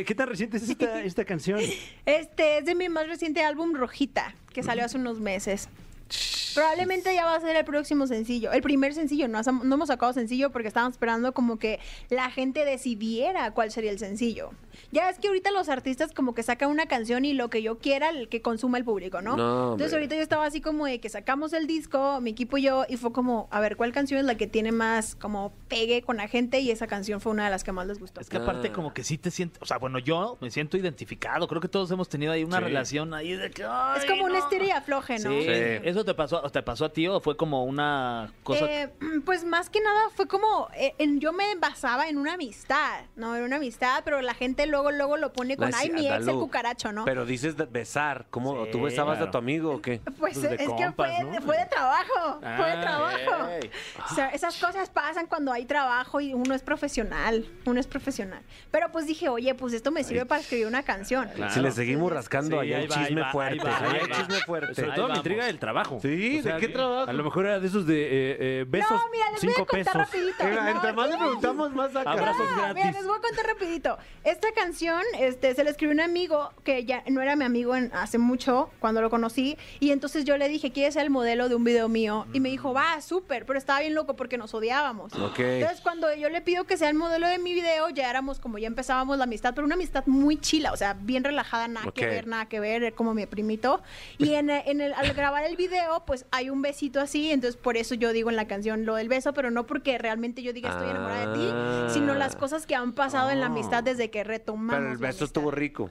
eh, ¿qué tan reciente es esta, esta canción? Este es de mi más reciente álbum Rojita, que salió hace unos meses. Probablemente ya va a ser el próximo sencillo. El primer sencillo, no, has- no hemos sacado sencillo porque estábamos esperando como que la gente decidiera cuál sería el sencillo. Ya es que ahorita los artistas como que sacan una canción y lo que yo quiera, el que consuma el público, ¿no? No, Entonces hombre. ahorita yo estaba así como de que sacamos el disco, mi equipo y yo, y fue como, a ver, ¿cuál canción es la que tiene más como pegue con la gente? Y esa canción fue una de las que más les gustó. Es que aparte Ah. como que sí te sientes, o sea, bueno, yo me siento identificado, creo que todos hemos tenido ahí una Sí. relación ahí de que... "Ay, Es como un no". estira y afloje, ¿no? Sí. Sí. ¿Eso te pasó, te pasó a ti o fue como una cosa... Eh, pues más que nada fue como eh, en- yo me basaba en una amistad, no era una amistad, pero la gente luego luego lo pone con No, ay sí, mi ex el Andalú. cucaracho, ¿no? Pero dices de besar, ¿cómo? Sí, ¿Tú besabas claro. a tu amigo o qué? pues pues, de es que compas, fue, ¿no? fue de trabajo, fue de Ah, trabajo. ok. O sea, esas cosas pasan cuando hay trabajo y uno es profesional, uno es profesional. Pero pues dije, oye, pues esto me sirve para escribir una canción. Si le seguimos rascando, Sí, ahí hay ahí va, ahí chisme va, ahí fuerte. va, ahí ahí hay va. chisme fuerte. Sobre Ahí todo me vamos. intriga el trabajo. Sí, ¿de qué que- trabajo? A lo mejor era de esos de eh, eh, besos no, mira, les voy a cinco contar pesos. rapidito. Mira, No, entre más le ¿qué? preguntamos, más saca. Abrazos Ah, gratis. Mira, les voy a contar rapidito. Esta canción este, se la escribió un amigo que ya no era mi amigo en- hace mucho, cuando lo conocí. Y entonces yo le dije, ¿quieres ser el modelo de un video mío? Y me dijo, va, súper, pero estaba bien loco porque nos odiábamos. Ok. Entonces cuando yo le pido que sea el modelo de mi video, ya éramos como, ya empezábamos la amistad, pero una amistad muy chila, o sea, bien relajada, nada Ok. que ver, nada que ver, era como mi primito. Y en, en el, al grabar el video, pues hay un besito así, entonces por eso yo digo en la canción lo del beso, pero no porque realmente yo diga estoy enamorada de ti, Ah. sino las cosas que han pasado en la amistad desde que retomamos. Pero el la beso amistad. estuvo rico.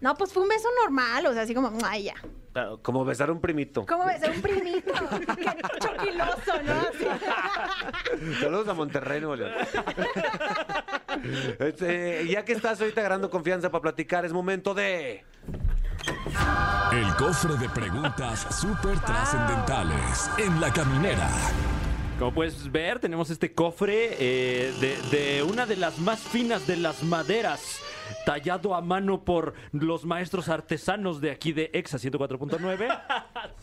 No, pues fue un beso normal, o sea, así como, ay, ya. Pero, Como besar a un primito. ¿Cómo besé a un primito? Qué choquiloso, ¿no? Así. Saludos a Monterrey, Nuevo León. Este, ya que estás ahorita agarrando confianza para platicar, es momento de. El cofre de preguntas súper trascendentales en la caminera. Como puedes ver, tenemos este cofre eh, de, de una de las más finas de las maderas, tallado a mano por los maestros artesanos de aquí de EXA 104.9.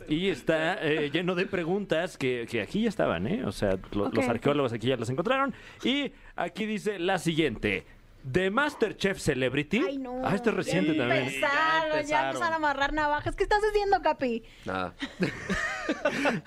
y está eh, lleno de preguntas que, que aquí ya estaban, ¿eh? O sea, lo- Ok. los arqueólogos aquí ya las encontraron. Y aquí dice la siguiente. De Masterchef Celebrity. Ay, no. Ah, este es reciente Ya también. Empezaron, ya, empezaron a amarrar navajas. ¿Qué estás haciendo, Capi? Nada.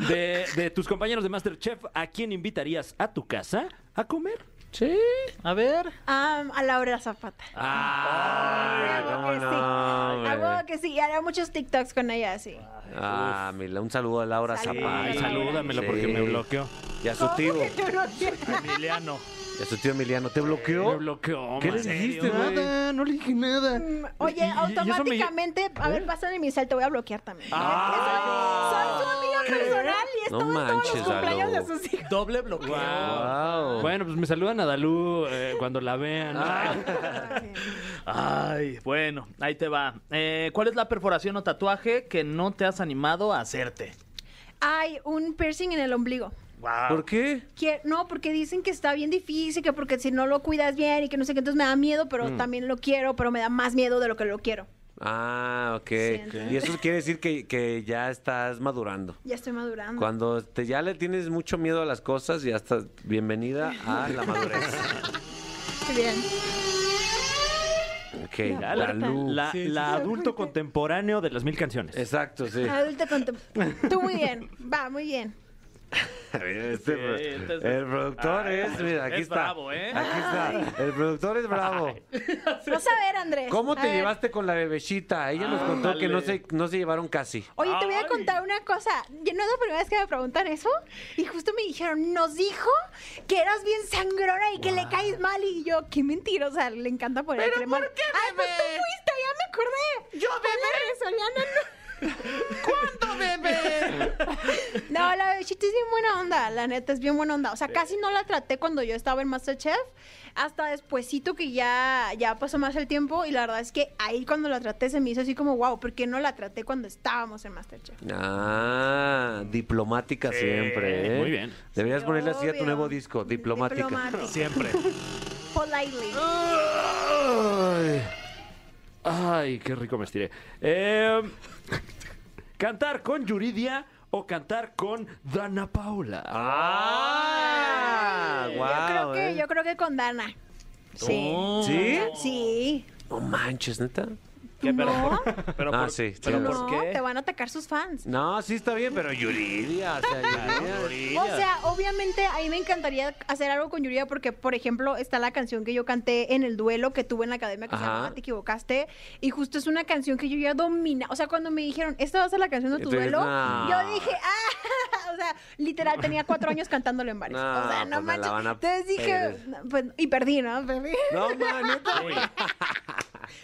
De, de tus compañeros de Masterchef, ¿a quién invitarías a tu casa a comer? Sí. A ver. Ah, a Laura Zapata. Ah, ¿cómo que no, sí. A hombre? huevo que sí. Y hará muchos TikToks con ella, sí. Ah, mira, un saludo a Laura Saludos. Zapata. Ay, Ay, salúdamelo porque Sí. me bloqueó. Y a su ¿Cómo tío. que tú no quieres? Emiliano. Y a su tío Emiliano. ¿Te Me bloqueó? bloqueó. ¿Qué man. le dijiste, güey? Nada, no le dije nada. Mm, Y- y- Oye, y eso me- automáticamente, a ver, pásale mi cel, te voy a bloquear también. Ah. soy, soy su amiga personal y No estuvo en todos manches, los cumpleaños Lalo. de sus hijos. Doble bloqueo. Wow. Bueno, pues me saludan a Dalú eh, cuando la vean. Ay, bueno, ahí te va. Eh, ¿Cuál es la perforación o tatuaje que no te has animado a hacerte? Hay un piercing en el ombligo. ¿Por qué? Quie- no, porque dicen que está bien difícil, que porque si no lo cuidas bien y que no sé qué, entonces me da miedo, pero Mm. también lo quiero, pero me da más miedo de lo que lo quiero. Ah, ok. Siento. Y eso quiere decir que, que ya estás madurando. Ya estoy madurando. Cuando te, ya le tienes mucho miedo a las cosas, ya estás bienvenida a la madurez. Muy Bien. Ok, Ya, la, la luz. la- la adulto contemporáneo de las mil canciones. Exacto, sí. Adulta con tu- Tú muy bien. Va, muy bien. Este pro- Sí, entonces- el productor Ay, es, mira, aquí es está. bravo, ¿eh? Aquí está. El productor es bravo. Vas a ver, Andrés. ¿Cómo a te ver. llevaste con la bebecita? Ella nos contó que no se, no se llevaron casi. Oye, te voy Ay. a contar una cosa. Yo no es la primera vez que me preguntan eso. Y justo me dijeron, nos dijo que eras bien sangrona y que le caes mal. Y yo, qué mentira. O sea, le encanta poner ¿Pero ¿Por qué, Ay, pues tú fuiste, ya me acordé. Yo, bebé. Soriana, no. ¿Cuándo, bebé? no, la bebecita es bien buena onda. La neta, es bien buena onda. O sea, casi no la traté cuando yo estaba en Masterchef. Hasta despuesito que ya, ya pasó más el tiempo. Y la verdad es que ahí cuando la traté se me hizo así como, wow, ¿por qué no la traté cuando estábamos en Masterchef? Ah, diplomática siempre, ¿eh? muy bien. Deberías Sí, ponerle así a tu obvio. nuevo disco, diplomática. Diplomática. Siempre. Politely. Ay, Ay, qué rico me estiré. Eh, ¿Cantar con Yuridia o cantar con Dana Paula? Ah, yo, creo guau. que, ¿eh? yo creo que con Dana. Sí. Oh. ¿Sí? Sí. No manches, neta. ¿Qué, pero no, por- pero Ah, por- sí, pero tienes ¿por no, qué? te van a atacar sus fans. No, sí está bien, pero Yuridia, o sea, Yuridia. O sea, obviamente a mí me encantaría hacer algo con Yuridia porque, por ejemplo, está la canción que yo canté en el duelo que tuve en la academia que se Ajá. llama Te equivocaste y justo es una canción que yo ya domina. O sea, cuando me dijeron, esta va a ser la canción de tu Entonces, duelo, no. yo dije, ah, o sea, literal tenía cuatro años cantándolo en bares. No, o sea, pues me la no manches. van a Entonces dije, perder. no, pues, y perdí, ¿no? Perdí. No, man, neta.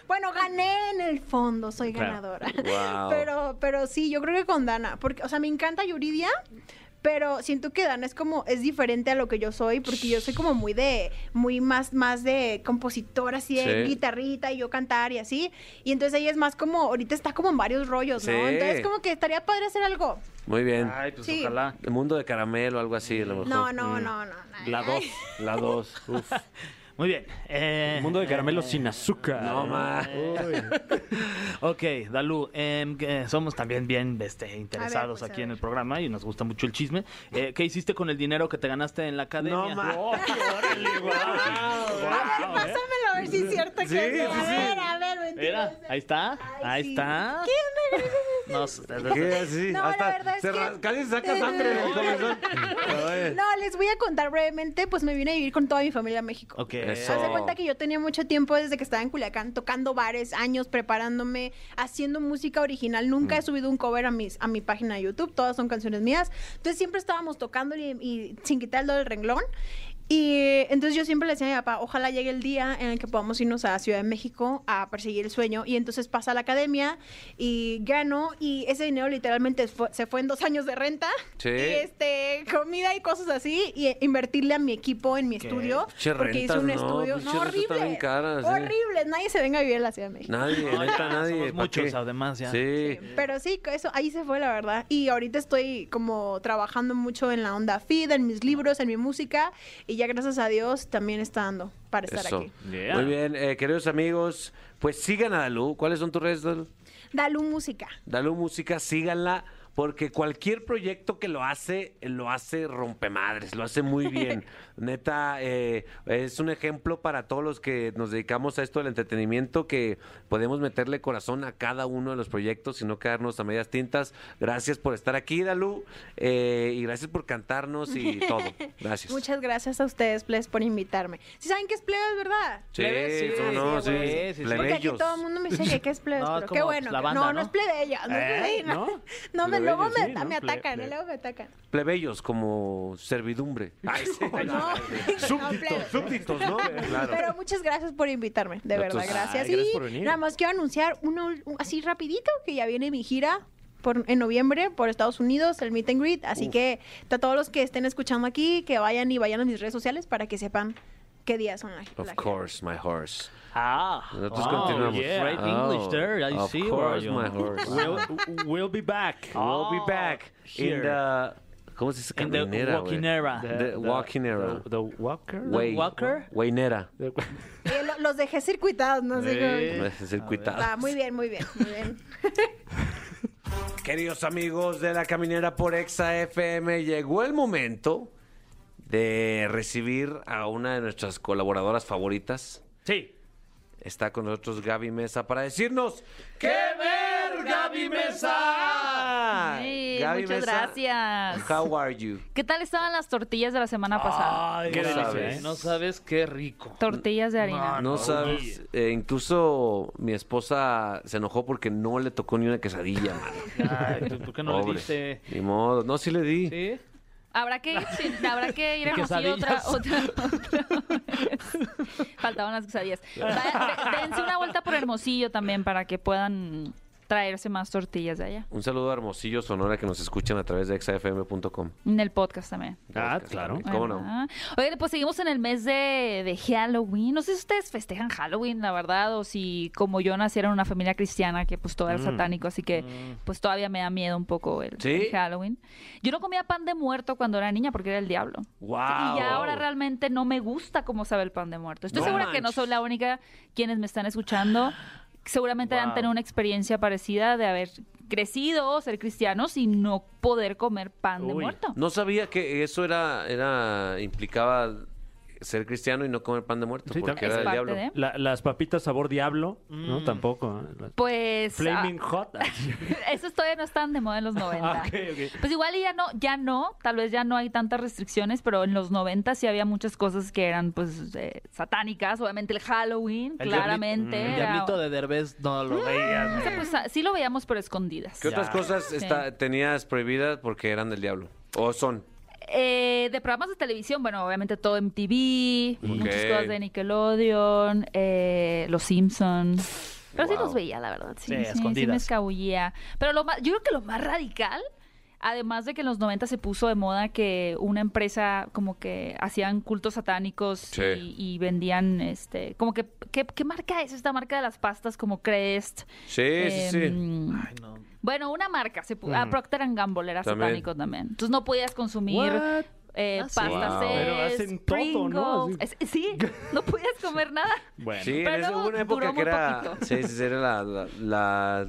Bueno, gané en el fondo, soy Claro. ganadora. Guau. Pero, pero sí, yo creo que con Dana, porque, o sea, me encanta Yuridia, pero siento que Dana es como, es diferente a lo que yo soy, porque yo soy como muy de, muy más, más de compositora, así de Sí. guitarrita y yo cantar y así. Y entonces ella es más como, ahorita está como en varios rollos, ¿no? Sí. Entonces como que estaría padre hacer algo. Muy bien. Ay, pues Sí. ojalá. El mundo de caramelo, algo así, a lo mejor. Mm. No, no, no, no. no. La dos. La dos. Uf. Muy bien. eh, El mundo de caramelo eh, sin azúcar. No, man. Ok, Dalú, em, que somos también bien este, interesados pues, a aquí en ver. el programa y nos gusta mucho el chisme. Eh, ¿Qué hiciste con el dinero que te ganaste en la academia? Oh, No, man. A ver, pásamelo a ver si es cierto que Sí, es. A sí, sí. ver, a ver, mentirosa. Mira, ahí está, Ay, ahí sí. está. ¿Quién me No, sé, ¿Qué así? No, la Hasta verdad es se que- ra- Casi se saca sangre del comezón. Oye. No, les voy a contar brevemente, pues me vine a vivir con toda mi familia a México. Ok. Eso. Haz de cuenta que yo tenía mucho tiempo desde que estaba en Culiacán, tocando bares, años preparándome, haciendo música original. Nunca Mm. he subido un cover a, mis, a mi página de YouTube, todas son canciones mías. Entonces siempre estábamos tocando y, y sin quitar el dedo del renglón. Y eh, entonces yo siempre le decía a mi papá, ojalá llegue el día en el que podamos irnos a Ciudad de México a perseguir el sueño. Y entonces pasa a la academia y gano. Y ese dinero literalmente fue- se fue en dos años de renta. Sí. Y este, comida y cosas así. Y eh, invertirle a mi equipo en mi estudio. Pinche porque hice rentas, un no, pues, estudio. pinche No, rentas están bien horrible. caras, sí. Horrible. Nadie se venga a vivir a la Ciudad de México. Nadie, No, neta, ya, nadie. somos ¿pa' muchos, qué? además, ya. Sí. Pero sí, eso ahí se fue la verdad. Y ahorita estoy como trabajando mucho en la onda feed, en mis libros, en mi música. Y ya gracias a Dios también está dando para estar Eso. aquí. Yeah. Muy bien, eh, queridos amigos, pues sigan a Dalu. ¿Cuáles son tus redes, Dalu? Dalu Música. Dalu Música, síganla, porque cualquier proyecto que lo hace, lo hace rompemadres, lo hace muy bien. Neta, eh, es un ejemplo para todos los que nos dedicamos a esto del entretenimiento, que podemos meterle corazón a cada uno de los proyectos y no quedarnos a medias tintas. Gracias por estar aquí, Dalu, eh, y gracias por cantarnos y todo. Gracias. Muchas gracias a ustedes, Ples, por invitarme. Si saben que es plebes, ¿verdad? Sí, Plebes, sí, cómo no, sí, sí, sí, sí. Porque aquí plebeyos. todo el mundo me dice que- que es plebes, No, es pero qué como, bueno. pues, la que- banda, no, no, ¿no? es plebeya, no es ¿Eh? plebeya. ¿No? No, me, luego me, Plebeyos, sí, me ¿no? Ple- atacan, ple- luego me atacan. Plebeyos como servidumbre. Ay, sí. No, no, plebes. Súbditos, ¿no? Claro. Pero muchas gracias por invitarme, de verdad, Entonces, gracias. pues, ay, gracias y por venir. nada más quiero anunciar uno un- así rapidito que ya viene mi gira por, en noviembre por Estados Unidos, el Meet and Greet. Así que a todos los que estén escuchando aquí, que vayan y vayan a mis redes sociales para que sepan qué días son la, Of la gira. course, my horse. Ah, Nosotros wow, continuamos. yeah. Great Oh, English there. I of see. course, Wario. my horse. We'll, we'll be back. We'll be back in Oh, here. the ¿Cómo se dice? In the Caminera, güey. walking era. The, walking era. The, the walker. Way- walker? Waynera. Eh, lo- los dejé circuitados, no sé cómo. Circuitado. Va, muy bien, muy bien, muy bien. Queridos amigos de la caminera por Exa FM, llegó el momento de recibir a una de nuestras colaboradoras favoritas. Sí. Está con nosotros Gaby Mesa para decirnos ¡Qué ver, Gaby Mesa! Hey, Gaby muchas Mesa, gracias. How are you? ¿Qué tal estaban las tortillas de la semana pasada? Ay, Qué no delicia, sabes. ¿eh? No sabes qué rico. tortillas de harina. No no, sabes, eh, incluso mi esposa se enojó porque no le tocó ni una quesadilla, mano. Ay, ¿tú- ¿Por qué no Pobre. le diste? Ni modo, no, sí le di. ¿Sí? Habrá que ir, sí, habrá que ir Y a Hermosillo otra, quesadillas. otra, otra vez. Faltaban las quesadillas. Va- de- Dense una vuelta por Hermosillo también para que puedan traerse más tortillas de allá. Un saludo a Hermosillo Sonora que nos escuchan a través de exafm.com. En el podcast también. Ah, claro. ¿Cómo no? Ajá. Oigan, pues seguimos en el mes de, de Halloween. No sé si ustedes festejan Halloween, la verdad, o si como yo naciera en una familia cristiana que pues todo era satánico, así que pues todavía me da miedo un poco el, Mm. ¿Sí? el Halloween. Yo no comía pan de muerto cuando era niña porque era el diablo. ¡Wow! Y ya ahora realmente no me gusta cómo sabe el pan de muerto. Estoy Ah, oh. No segura que no manches. soy la única quienes me están escuchando. Seguramente han tenido una experiencia parecida de haber crecido, ser cristianos y no poder comer pan de Uy. muerto. No sabía que eso era, era implicaba ser cristiano y no comer pan de muerto Sí, porque también. era Es el parte diablo. de- La- las papitas sabor diablo, no tampoco. ¿eh? Las- Pues ah, Flaming hot. Esos todavía no están de moda en los 90. Ah, ok, ok. Pues igual y ya no, ya no, tal vez ya no hay tantas restricciones, pero en los 90 sí había muchas cosas que eran pues eh, satánicas, obviamente el Halloween, El claramente. diablito- Mm, El Mm. era- diablito de eh. Derbez no lo veías. O sea, pues, ah, sí lo veíamos pero escondidas. ¿Qué otras Ya. cosas está- tenías prohibidas porque eran del diablo? ¿O son? Eh, de programas de televisión, bueno, obviamente todo MTV, muchas Ok. cosas de Nickelodeon, eh, Los Simpsons. Pero sí Wow. los veía, la verdad. Sí, Sí, sí, sí, me escondidas. escabullía. Pero lo más, yo creo que lo más radical, además de que en los 90 se puso de moda que una empresa como que hacían cultos satánicos Sí. y, y vendían, este, como que, ¿qué, qué marca es esta marca de las pastas como Crest? Sí, sí, sí. Em, Ay, no. bueno, una marca. Se pu- ah, Procter and Gamble era También. satánico también. Entonces no podías consumir What? eh, Ah, sí. pasta Wow. Pero hacen todo, ¿no? Pringles. Es- eh, sí, no podías comer nada. Bueno. Sí, Pero en esa- luego hubo una época duró que muy era. poquito. Sí, sí, sí, era la, la, la-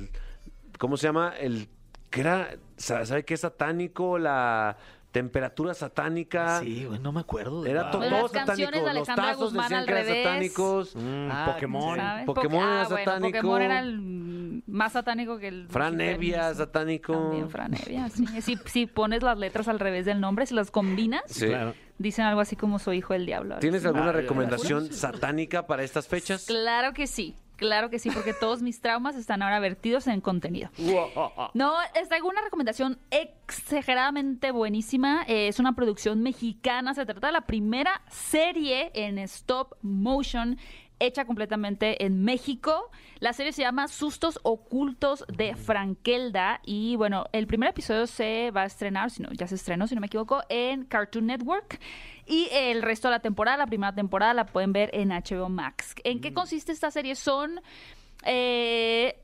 ¿Cómo se llama? El. Que era. sa- ¿Sabe qué? Satánico, la temperatura satánica. Sí, güey, no me acuerdo. de Era nada. to- todo, Las satánico. canciones de Los Alejandra tazos Guzmán decían al que eran revés. satánicos. Ah, Pokémon. ¿sabes? Pokémon Porque- era ah, bueno, satánico. Pokémon era el mm, más satánico que el... Fran Evia, satánico. También Fran Evia, sí. Si, si pones las letras al revés del nombre, si las combinas, Sí. Claro. dicen algo así como soy hijo del diablo. algo ¿Tienes así. alguna recomendación satánica para estas fechas? Claro que sí. Claro que sí, porque todos mis traumas están ahora vertidos en contenido. No, les traigo una recomendación exageradamente buenísima. Eh, es una producción mexicana. Se trata de la primera serie en stop motion hecha completamente en México. La serie se llama Sustos Ocultos de Frankelda y bueno, el primer episodio se va a estrenar, si no, ya se estrenó, si no me equivoco, en Cartoon Network y el resto de la temporada, la primera temporada la pueden ver en HBO Max. ¿En qué consiste esta serie? Son eh,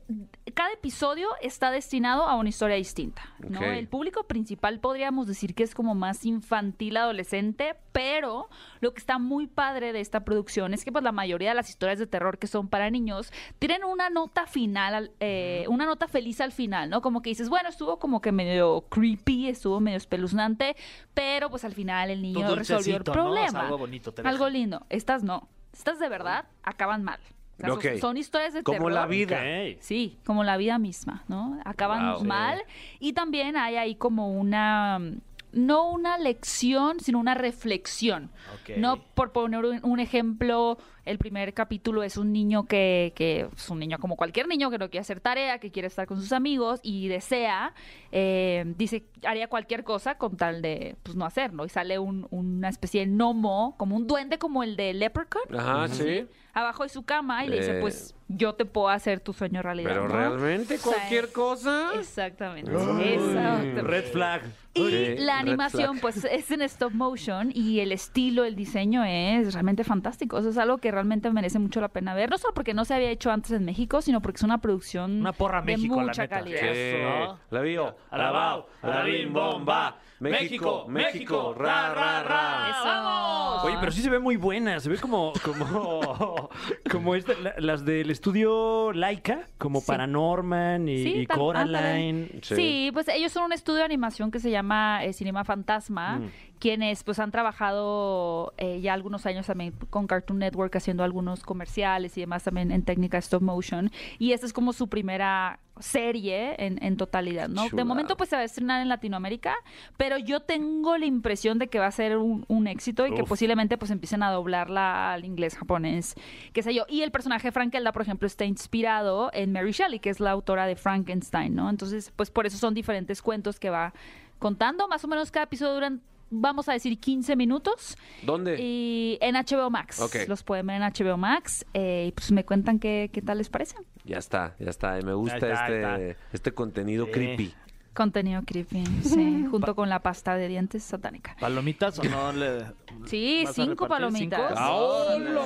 cada episodio está destinado a una historia distinta. ¿no? Ok. El público principal podríamos decir que es como más infantil, adolescente, pero lo que está muy padre de esta producción es que pues la mayoría de las historias de terror que son para niños tienen una nota final, al- eh, una nota feliz al final, ¿no? Como que dices, bueno, estuvo como que medio creepy, estuvo medio espeluznante, pero pues al final el niño resolvió el dulcecito, ¿no? O sea, problema. algo bonito te Algo deja. lindo. Estas no. Estas de verdad acaban mal. O sea, son- Ok. son, historias de Como terror. la vida. Ok. Sí, como la vida misma, ¿no? Acaban Wow. mal. Y también hay ahí como una, mm, no una lección, sino una reflexión. Ok. No, por poner un, un ejemplo, el primer capítulo es un niño que, que es un niño como cualquier niño que no quiere hacer tarea, que quiere estar con sus amigos y desea, eh, dice, haría cualquier cosa con tal de pues, no hacerlo. Y sale un- una especie de gnomo, como un duende como el de Leprechaun Ajá, sí. abajo de su cama y le dice, Eh. pues yo te puedo hacer tu sueño realidad. Pero ¿no? realmente O sea, cualquier cosa. Exactamente. Ay. Exactamente. Red flag. Y Sí, la red animación, flag. pues es en stop motion y el estilo, el diseño es realmente fantástico. Eso es algo que realmente merece mucho la pena ver. No solo porque no se había hecho antes en México, sino porque es una producción Una porra a de México, la mucha neta. calidad. Sí. Eh, Eso. La vio. Alabao, alabim, bomba. México, México, ra, ra, ra. Eso. Oye, pero sí se ve muy buena, se ve como como como esta- la- las del estudio Laika, como Sí. Paranorman y, Sí, y tam- Coraline. ándale. Sí. Sí. pues ellos son un estudio de animación que se llama eh, Cinema Fantasma, Mm. quienes pues han trabajado eh, ya algunos años también con Cartoon Network haciendo algunos comerciales y demás también en técnica stop motion. Y esta es como su primera serie en, en totalidad, ¿no? Chulada. De momento pues se va a estrenar en Latinoamérica, pero yo tengo la impresión de que va a ser un, un éxito y que Uf. posiblemente pues empiecen a doblarla al inglés, japonés, qué sé yo. Y el personaje de Frankelda, por ejemplo, está inspirado en Mary Shelley, que es la autora de Frankenstein, ¿no? Entonces, pues por eso son diferentes cuentos que va contando. Más o menos cada episodio duran, vamos a decir, 15 minutos. ¿Dónde? Y en HBO Max. Ok. Los pueden ver en HBO Max. eh, y pues me cuentan qué, qué tal les parece. Ya está, ya está. Me gusta está, este, ahí este contenido Sí. creepy. Contenido creepy, sí, junto con la pasta de dientes satánica. ¿Palomitas o no le.? Sí, ¿Vas a cinco repartir? palomitas. ¿Cinco? ¡Ah, hola!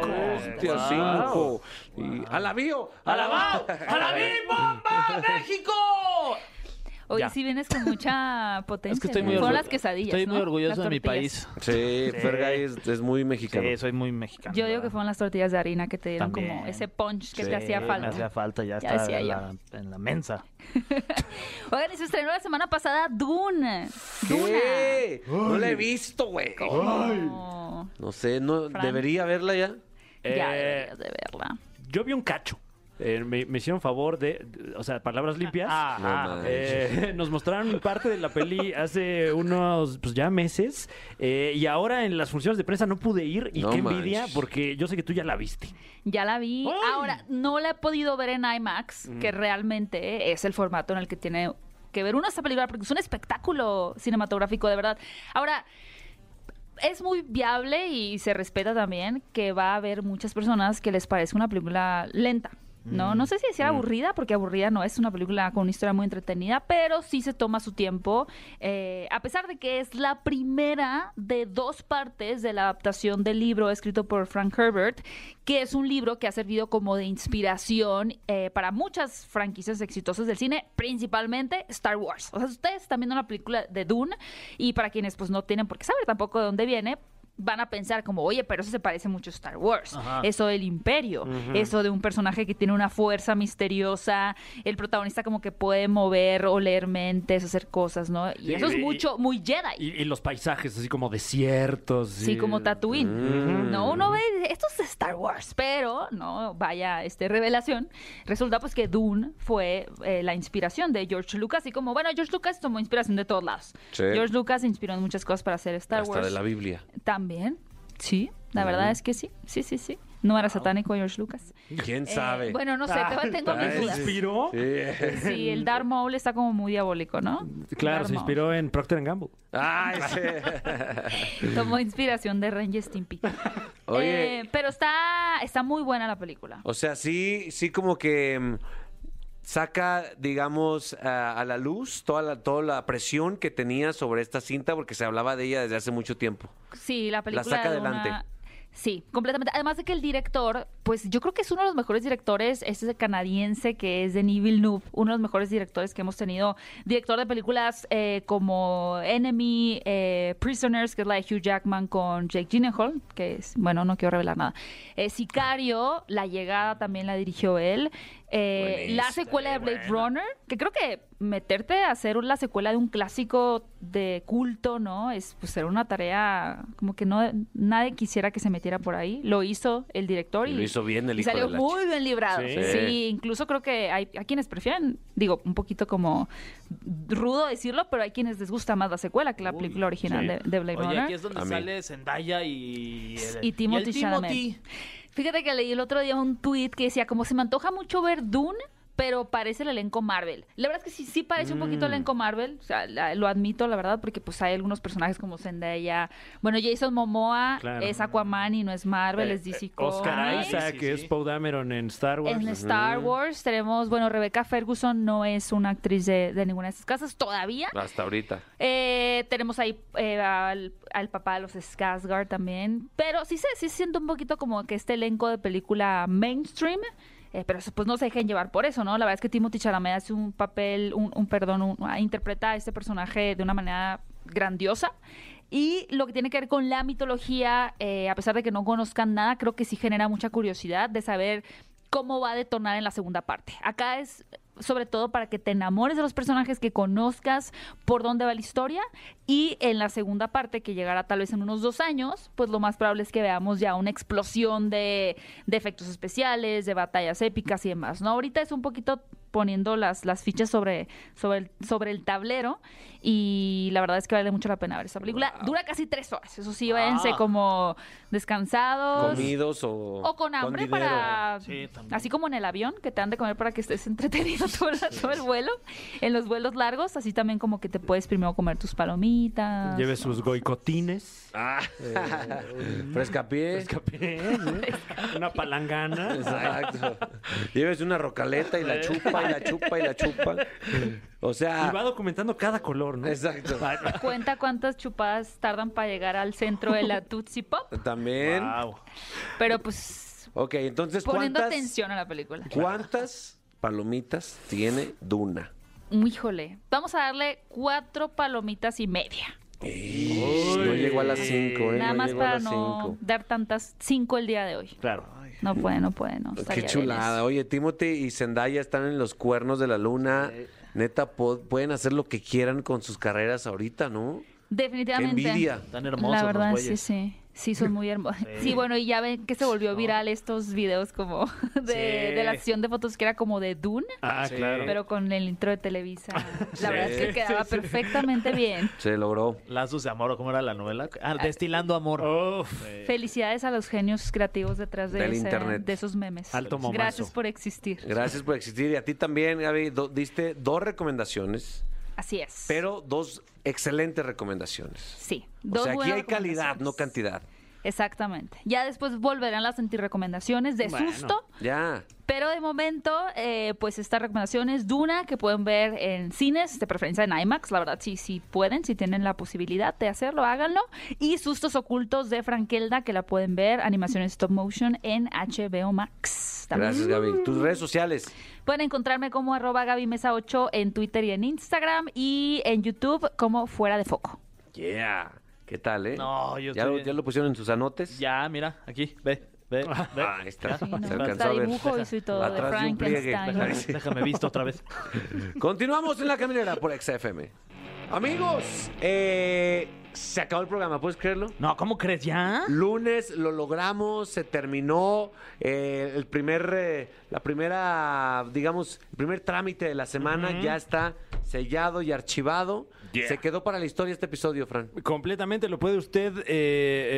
Órale. Hostia, Wow. cinco. Y alabío, alabao, alabim, bomba, México. Oye, Ya. sí vienes con mucha potencia. Es que estoy ¿no? muy Fueron orgulloso. las quesadillas, Estoy muy ¿no? orgulloso Las de mi tortillas. país. Sí, Fergay es, es muy mexicano. Sí, soy muy mexicano. Yo digo ¿verdad? que fueron las tortillas de harina que te dieron como También. ese punch que Sí, te hacía Sí, falta. Me hacía falta, ya, Ya está decía en yo. la, en la mensa. Oigan, y se estrenó la semana pasada Dune. ¿Qué? No la he visto, güey. No, No sé, no Fran. debería verla ya. Ya Eh, deberías de verla. Yo vi un cacho. Eh, me, me hicieron favor de, de- o sea, Ah, palabras limpias. No manches. Eh, nos mostraron parte de la peli hace unos, pues ya meses. eh, y ahora en las funciones de prensa no pude ir. Y No qué envidia, manches. porque yo sé que tú ya la viste. Ya la vi. Ahora, no la he podido ver en IMAX, Mm. que realmente es el formato en el que tiene que ver uno esta película, porque es un espectáculo cinematográfico, de verdad. Ahora, es muy viable y se respeta también que va a haber muchas personas que les parece una película lenta. No, no sé si decir aburrida, porque aburrida no es una película con una historia muy entretenida, pero sí se toma su tiempo, eh, a pesar de que es la primera de dos partes de la adaptación del libro escrito por Frank Herbert, que es un libro que ha servido como de inspiración eh, para muchas franquicias exitosas del cine, principalmente Star Wars. O sea, ustedes están viendo una película de Dune y para quienes pues no tienen por qué saber tampoco de dónde viene, van a pensar como, oye, pero eso se parece mucho a Star Wars, eso del imperio, eso de un personaje que tiene una fuerza misteriosa, el protagonista como que puede mover, oler mentes, hacer cosas, ¿no? Y Sí, eso es y- mucho, muy Jedi. Y, y los paisajes, así como desiertos. Sí, y- como Tatooine. Mm. No, uno ve, dice, esto es Star Wars, pero no, vaya, este revelación. Resulta pues que Dune fue eh, la inspiración de George Lucas y como, bueno, George Lucas tomó inspiración de todos lados. Sí. George Lucas se inspiró en muchas cosas para hacer Star Hasta Wars. de la Biblia. También, sí, la verdad es que sí, sí, sí, sí. No era satánico George Lucas. ¿Quién Eh, sabe? bueno, no sé, todavía tengo mis ay, sí. dudas. Ah, ¿Inspiró? Sí. Sí, el Darth Maul está como muy diabólico, ¿no? Claro, Darth se Maul. inspiró en Procter Gamble. Ay, sí. Tomó inspiración de Ranger Stimpy. Oye. Eh, pero está, está muy buena la película. O sea, sí, sí como que mm, saca, digamos, a, a la luz toda la, toda la presión que tenía sobre esta cinta porque se hablaba de ella desde hace mucho tiempo. Sí, la película. saca de adelante. una- Sí, completamente. Además de que el director, pues yo creo que es uno de los mejores directores, es ese canadiense que es Denis Villeneuve, uno de los mejores directores que hemos tenido. Director de películas eh, como Enemy, eh, Prisoners, que es la de Hugh Jackman con Jake Gyllenhaal, que es, bueno, no quiero revelar nada. Eh, Sicario, La Llegada también la dirigió él. Eh, la secuela de Blade Runner, que creo que meterte a hacer la secuela de un clásico de culto, ¿no? Es pues era una tarea como que no nadie quisiera que se metiera por ahí. Lo hizo el director Y y, lo hizo bien el y hijo salió de la muy bien librado. Sí. Sí. Sí. incluso creo que hay, hay quienes prefieren, digo, un poquito como rudo decirlo, pero hay quienes les gusta más la secuela que la Uy, película original sí. de, de Blade Oye, Runner. aquí es donde A mí. sale Zendaya y... el- Y Timothy el Chalamet. Timothy. Fíjate que leí el otro día un tweet que decía, como se me antoja mucho ver Dune, pero parece el elenco Marvel. La verdad es que sí, sí parece un Mm. poquito el elenco Marvel, o sea, la- lo admito, la verdad, porque pues hay algunos personajes como Zendaya, bueno, Jason Momoa Claro. es Aquaman y no es Marvel, Eh, es DC eh, Oscar Comics. Isaac, Sí, sí, que es sí. Poe Dameron en Star Wars. En Star Wars tenemos, bueno, Rebecca Ferguson no es una actriz de, de ninguna de esas casas todavía. Hasta ahorita. Eh, tenemos ahí eh, al, al papá de los Skarsgård también. Pero sí se sí siente un poquito como que este elenco de película mainstream. eh, pero pues no se dejen llevar por eso, ¿no? La verdad es que Timothy Chalamet hace un papel, un, un perdón, un- ah, interpreta a este personaje de una manera grandiosa. Y lo que tiene que ver con la mitología, eh, a pesar de que no conozcan nada, creo que sí genera mucha curiosidad de saber cómo va a detonar en la segunda parte. Acá es sobre todo para que te enamores de los personajes, que conozcas por dónde va la historia y en la segunda parte que llegará tal vez en unos dos años, pues lo más probable es que veamos ya una explosión de, de efectos especiales, de batallas épicas y demás. ¿no? Ahorita es un poquito poniendo las, las fichas sobre, sobre, el, sobre el tablero y la verdad es que vale mucho la pena ver esta película. Dura casi tres horas, eso sí, váyanse Ah. como descansados. Comidos o... O con hambre dinero. para... Sí, también. así como en el avión, que te han de comer para que estés entretenido todo el, todo el vuelo. En los vuelos largos, así también como que te puedes primero comer tus palomitas. Lleve sus goicotines. Ah, Eh, frescapié. Escapé, ¿eh? Una palangana. Exacto. Lleves una rocaleta y la chupa y la chupa y la chupa. O Eh. Ah. Y va sea, documentando cada color, ¿no? exacto. Cuenta cuántas chupadas tardan para llegar al centro de la Tootsie Pop. También. Wow. Pero pues Ok, entonces poniendo ¿cuántas, atención a la película. ¿cuántas palomitas tiene Duna? Híjole, vamos a darle cuatro palomitas y media. No llegó a las 5, ¿eh? Nada no más llegó a para las no cinco. dar tantas cinco el día de hoy. Claro. No puede, no puede, no. estaría Qué bien chulada. eso. Oye, Timothy y Zendaya están en los cuernos de la luna. Neta, po- pueden hacer lo que quieran con sus carreras ahorita, ¿no? Definitivamente. Qué envidia. Tan hermosos La verdad, los sí, güeyes. sí. Sí, son muy hermosos. Sí. bueno, y ya ven que se volvió viral estos videos como de, Sí. de la sesión de fotos que era como de Dune, Ah, Sí. Ah, claro. pero con el intro de Televisa. La verdad es que quedaba perfectamente bien. Se logró. Lazos de amor, ¿o ¿cómo era la novela? Ah, oh, Destilando amor. Uf. Felicidades a los genios creativos detrás de, Del ese- internet. de esos memes. Alto momazo. Gracias por existir. Gracias por existir. Y a ti también, Gaby, do- diste dos recomendaciones, Así es. pero dos excelentes recomendaciones. sí. o dos sea, aquí buenas hay calidad, no recomendaciones. cantidad. Exactamente. Ya después volverán las antirrecomendaciones de Bueno. susto. Ya. Pero de momento, eh, pues esta recomendación es Duna, que pueden ver en cines, de preferencia en IMAX, la verdad, sí, sí pueden, si tienen la posibilidad de hacerlo, háganlo. Y Sustos Ocultos de Frankelda, que la pueden ver, animación en stop motion en HBO Max. También Gracias, Gaby. Tus redes sociales. Pueden encontrarme como arroba Gaby Mesa 8 en Twitter y en Instagram, y en YouTube como Fuera de Foco. Yeah. ¿Qué tal, eh? No, yo ¿Ya, estoy lo, bien. ya lo pusieron en sus anotes? Ya, mira, aquí, ve, ve, ve. Ah, ahí está. Sí, no, Se está alcanzó a ver. dibujo y soy todo de Atrás de un pliegue. Frankenstein. Sí. Déjame visto otra vez. Continuamos en la caminera por XFM. Amigos, eh, se acabó el programa, ¿puedes creerlo? No, ¿cómo crees ya? Lunes lo logramos, se terminó eh, el primer, eh, la primera, digamos, el primer trámite de la semana ya está sellado y archivado. Yeah. Se quedó para la historia este episodio, Fran. Completamente lo puede usted eh,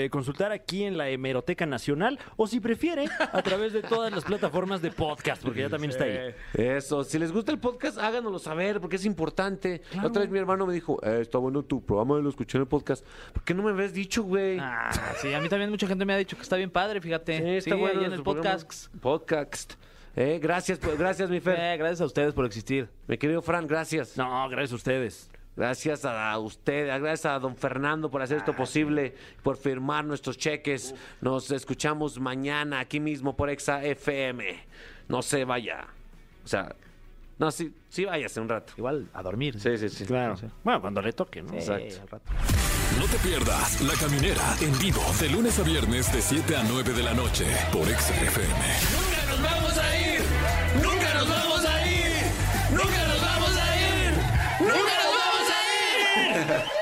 eh, consultar aquí en la Hemeroteca Nacional o si prefiere a través de todas las plataformas de podcast, porque ya también está ahí. Eso, si les gusta el podcast, háganoslo saber, porque es importante. La Otra vez mi hermano me dijo, "Eh, está bueno tu programa, lo escuché en el podcast. ¿Por qué no me habías dicho, güey? Ah, sí, a mí también mucha gente me ha dicho que está bien padre, fíjate. Sí, ahí en el nuestro programa. podcast. Podcast. Eh, gracias, pues, gracias, mi Fer. Eh, gracias a ustedes por existir. Mi querido Fran, gracias. No, gracias a ustedes. Gracias a usted, gracias a don Fernando por hacer Ah, esto posible, por firmar nuestros cheques. Nos escuchamos mañana aquí mismo por Exa FM. No se vaya. O sea, no, sí, sí váyase un rato. Igual a dormir. Sí, sí, sí. Claro. Bueno, cuando le toque, ¿no? Sí, exacto. al rato. No te pierdas La Caminera en vivo de lunes a viernes de 7 a 9 de la noche por XFM. Nunca nos vamos a ir. Nunca nos vamos a ir. Nunca nos vamos a ir. Nunca nos vamos a ir.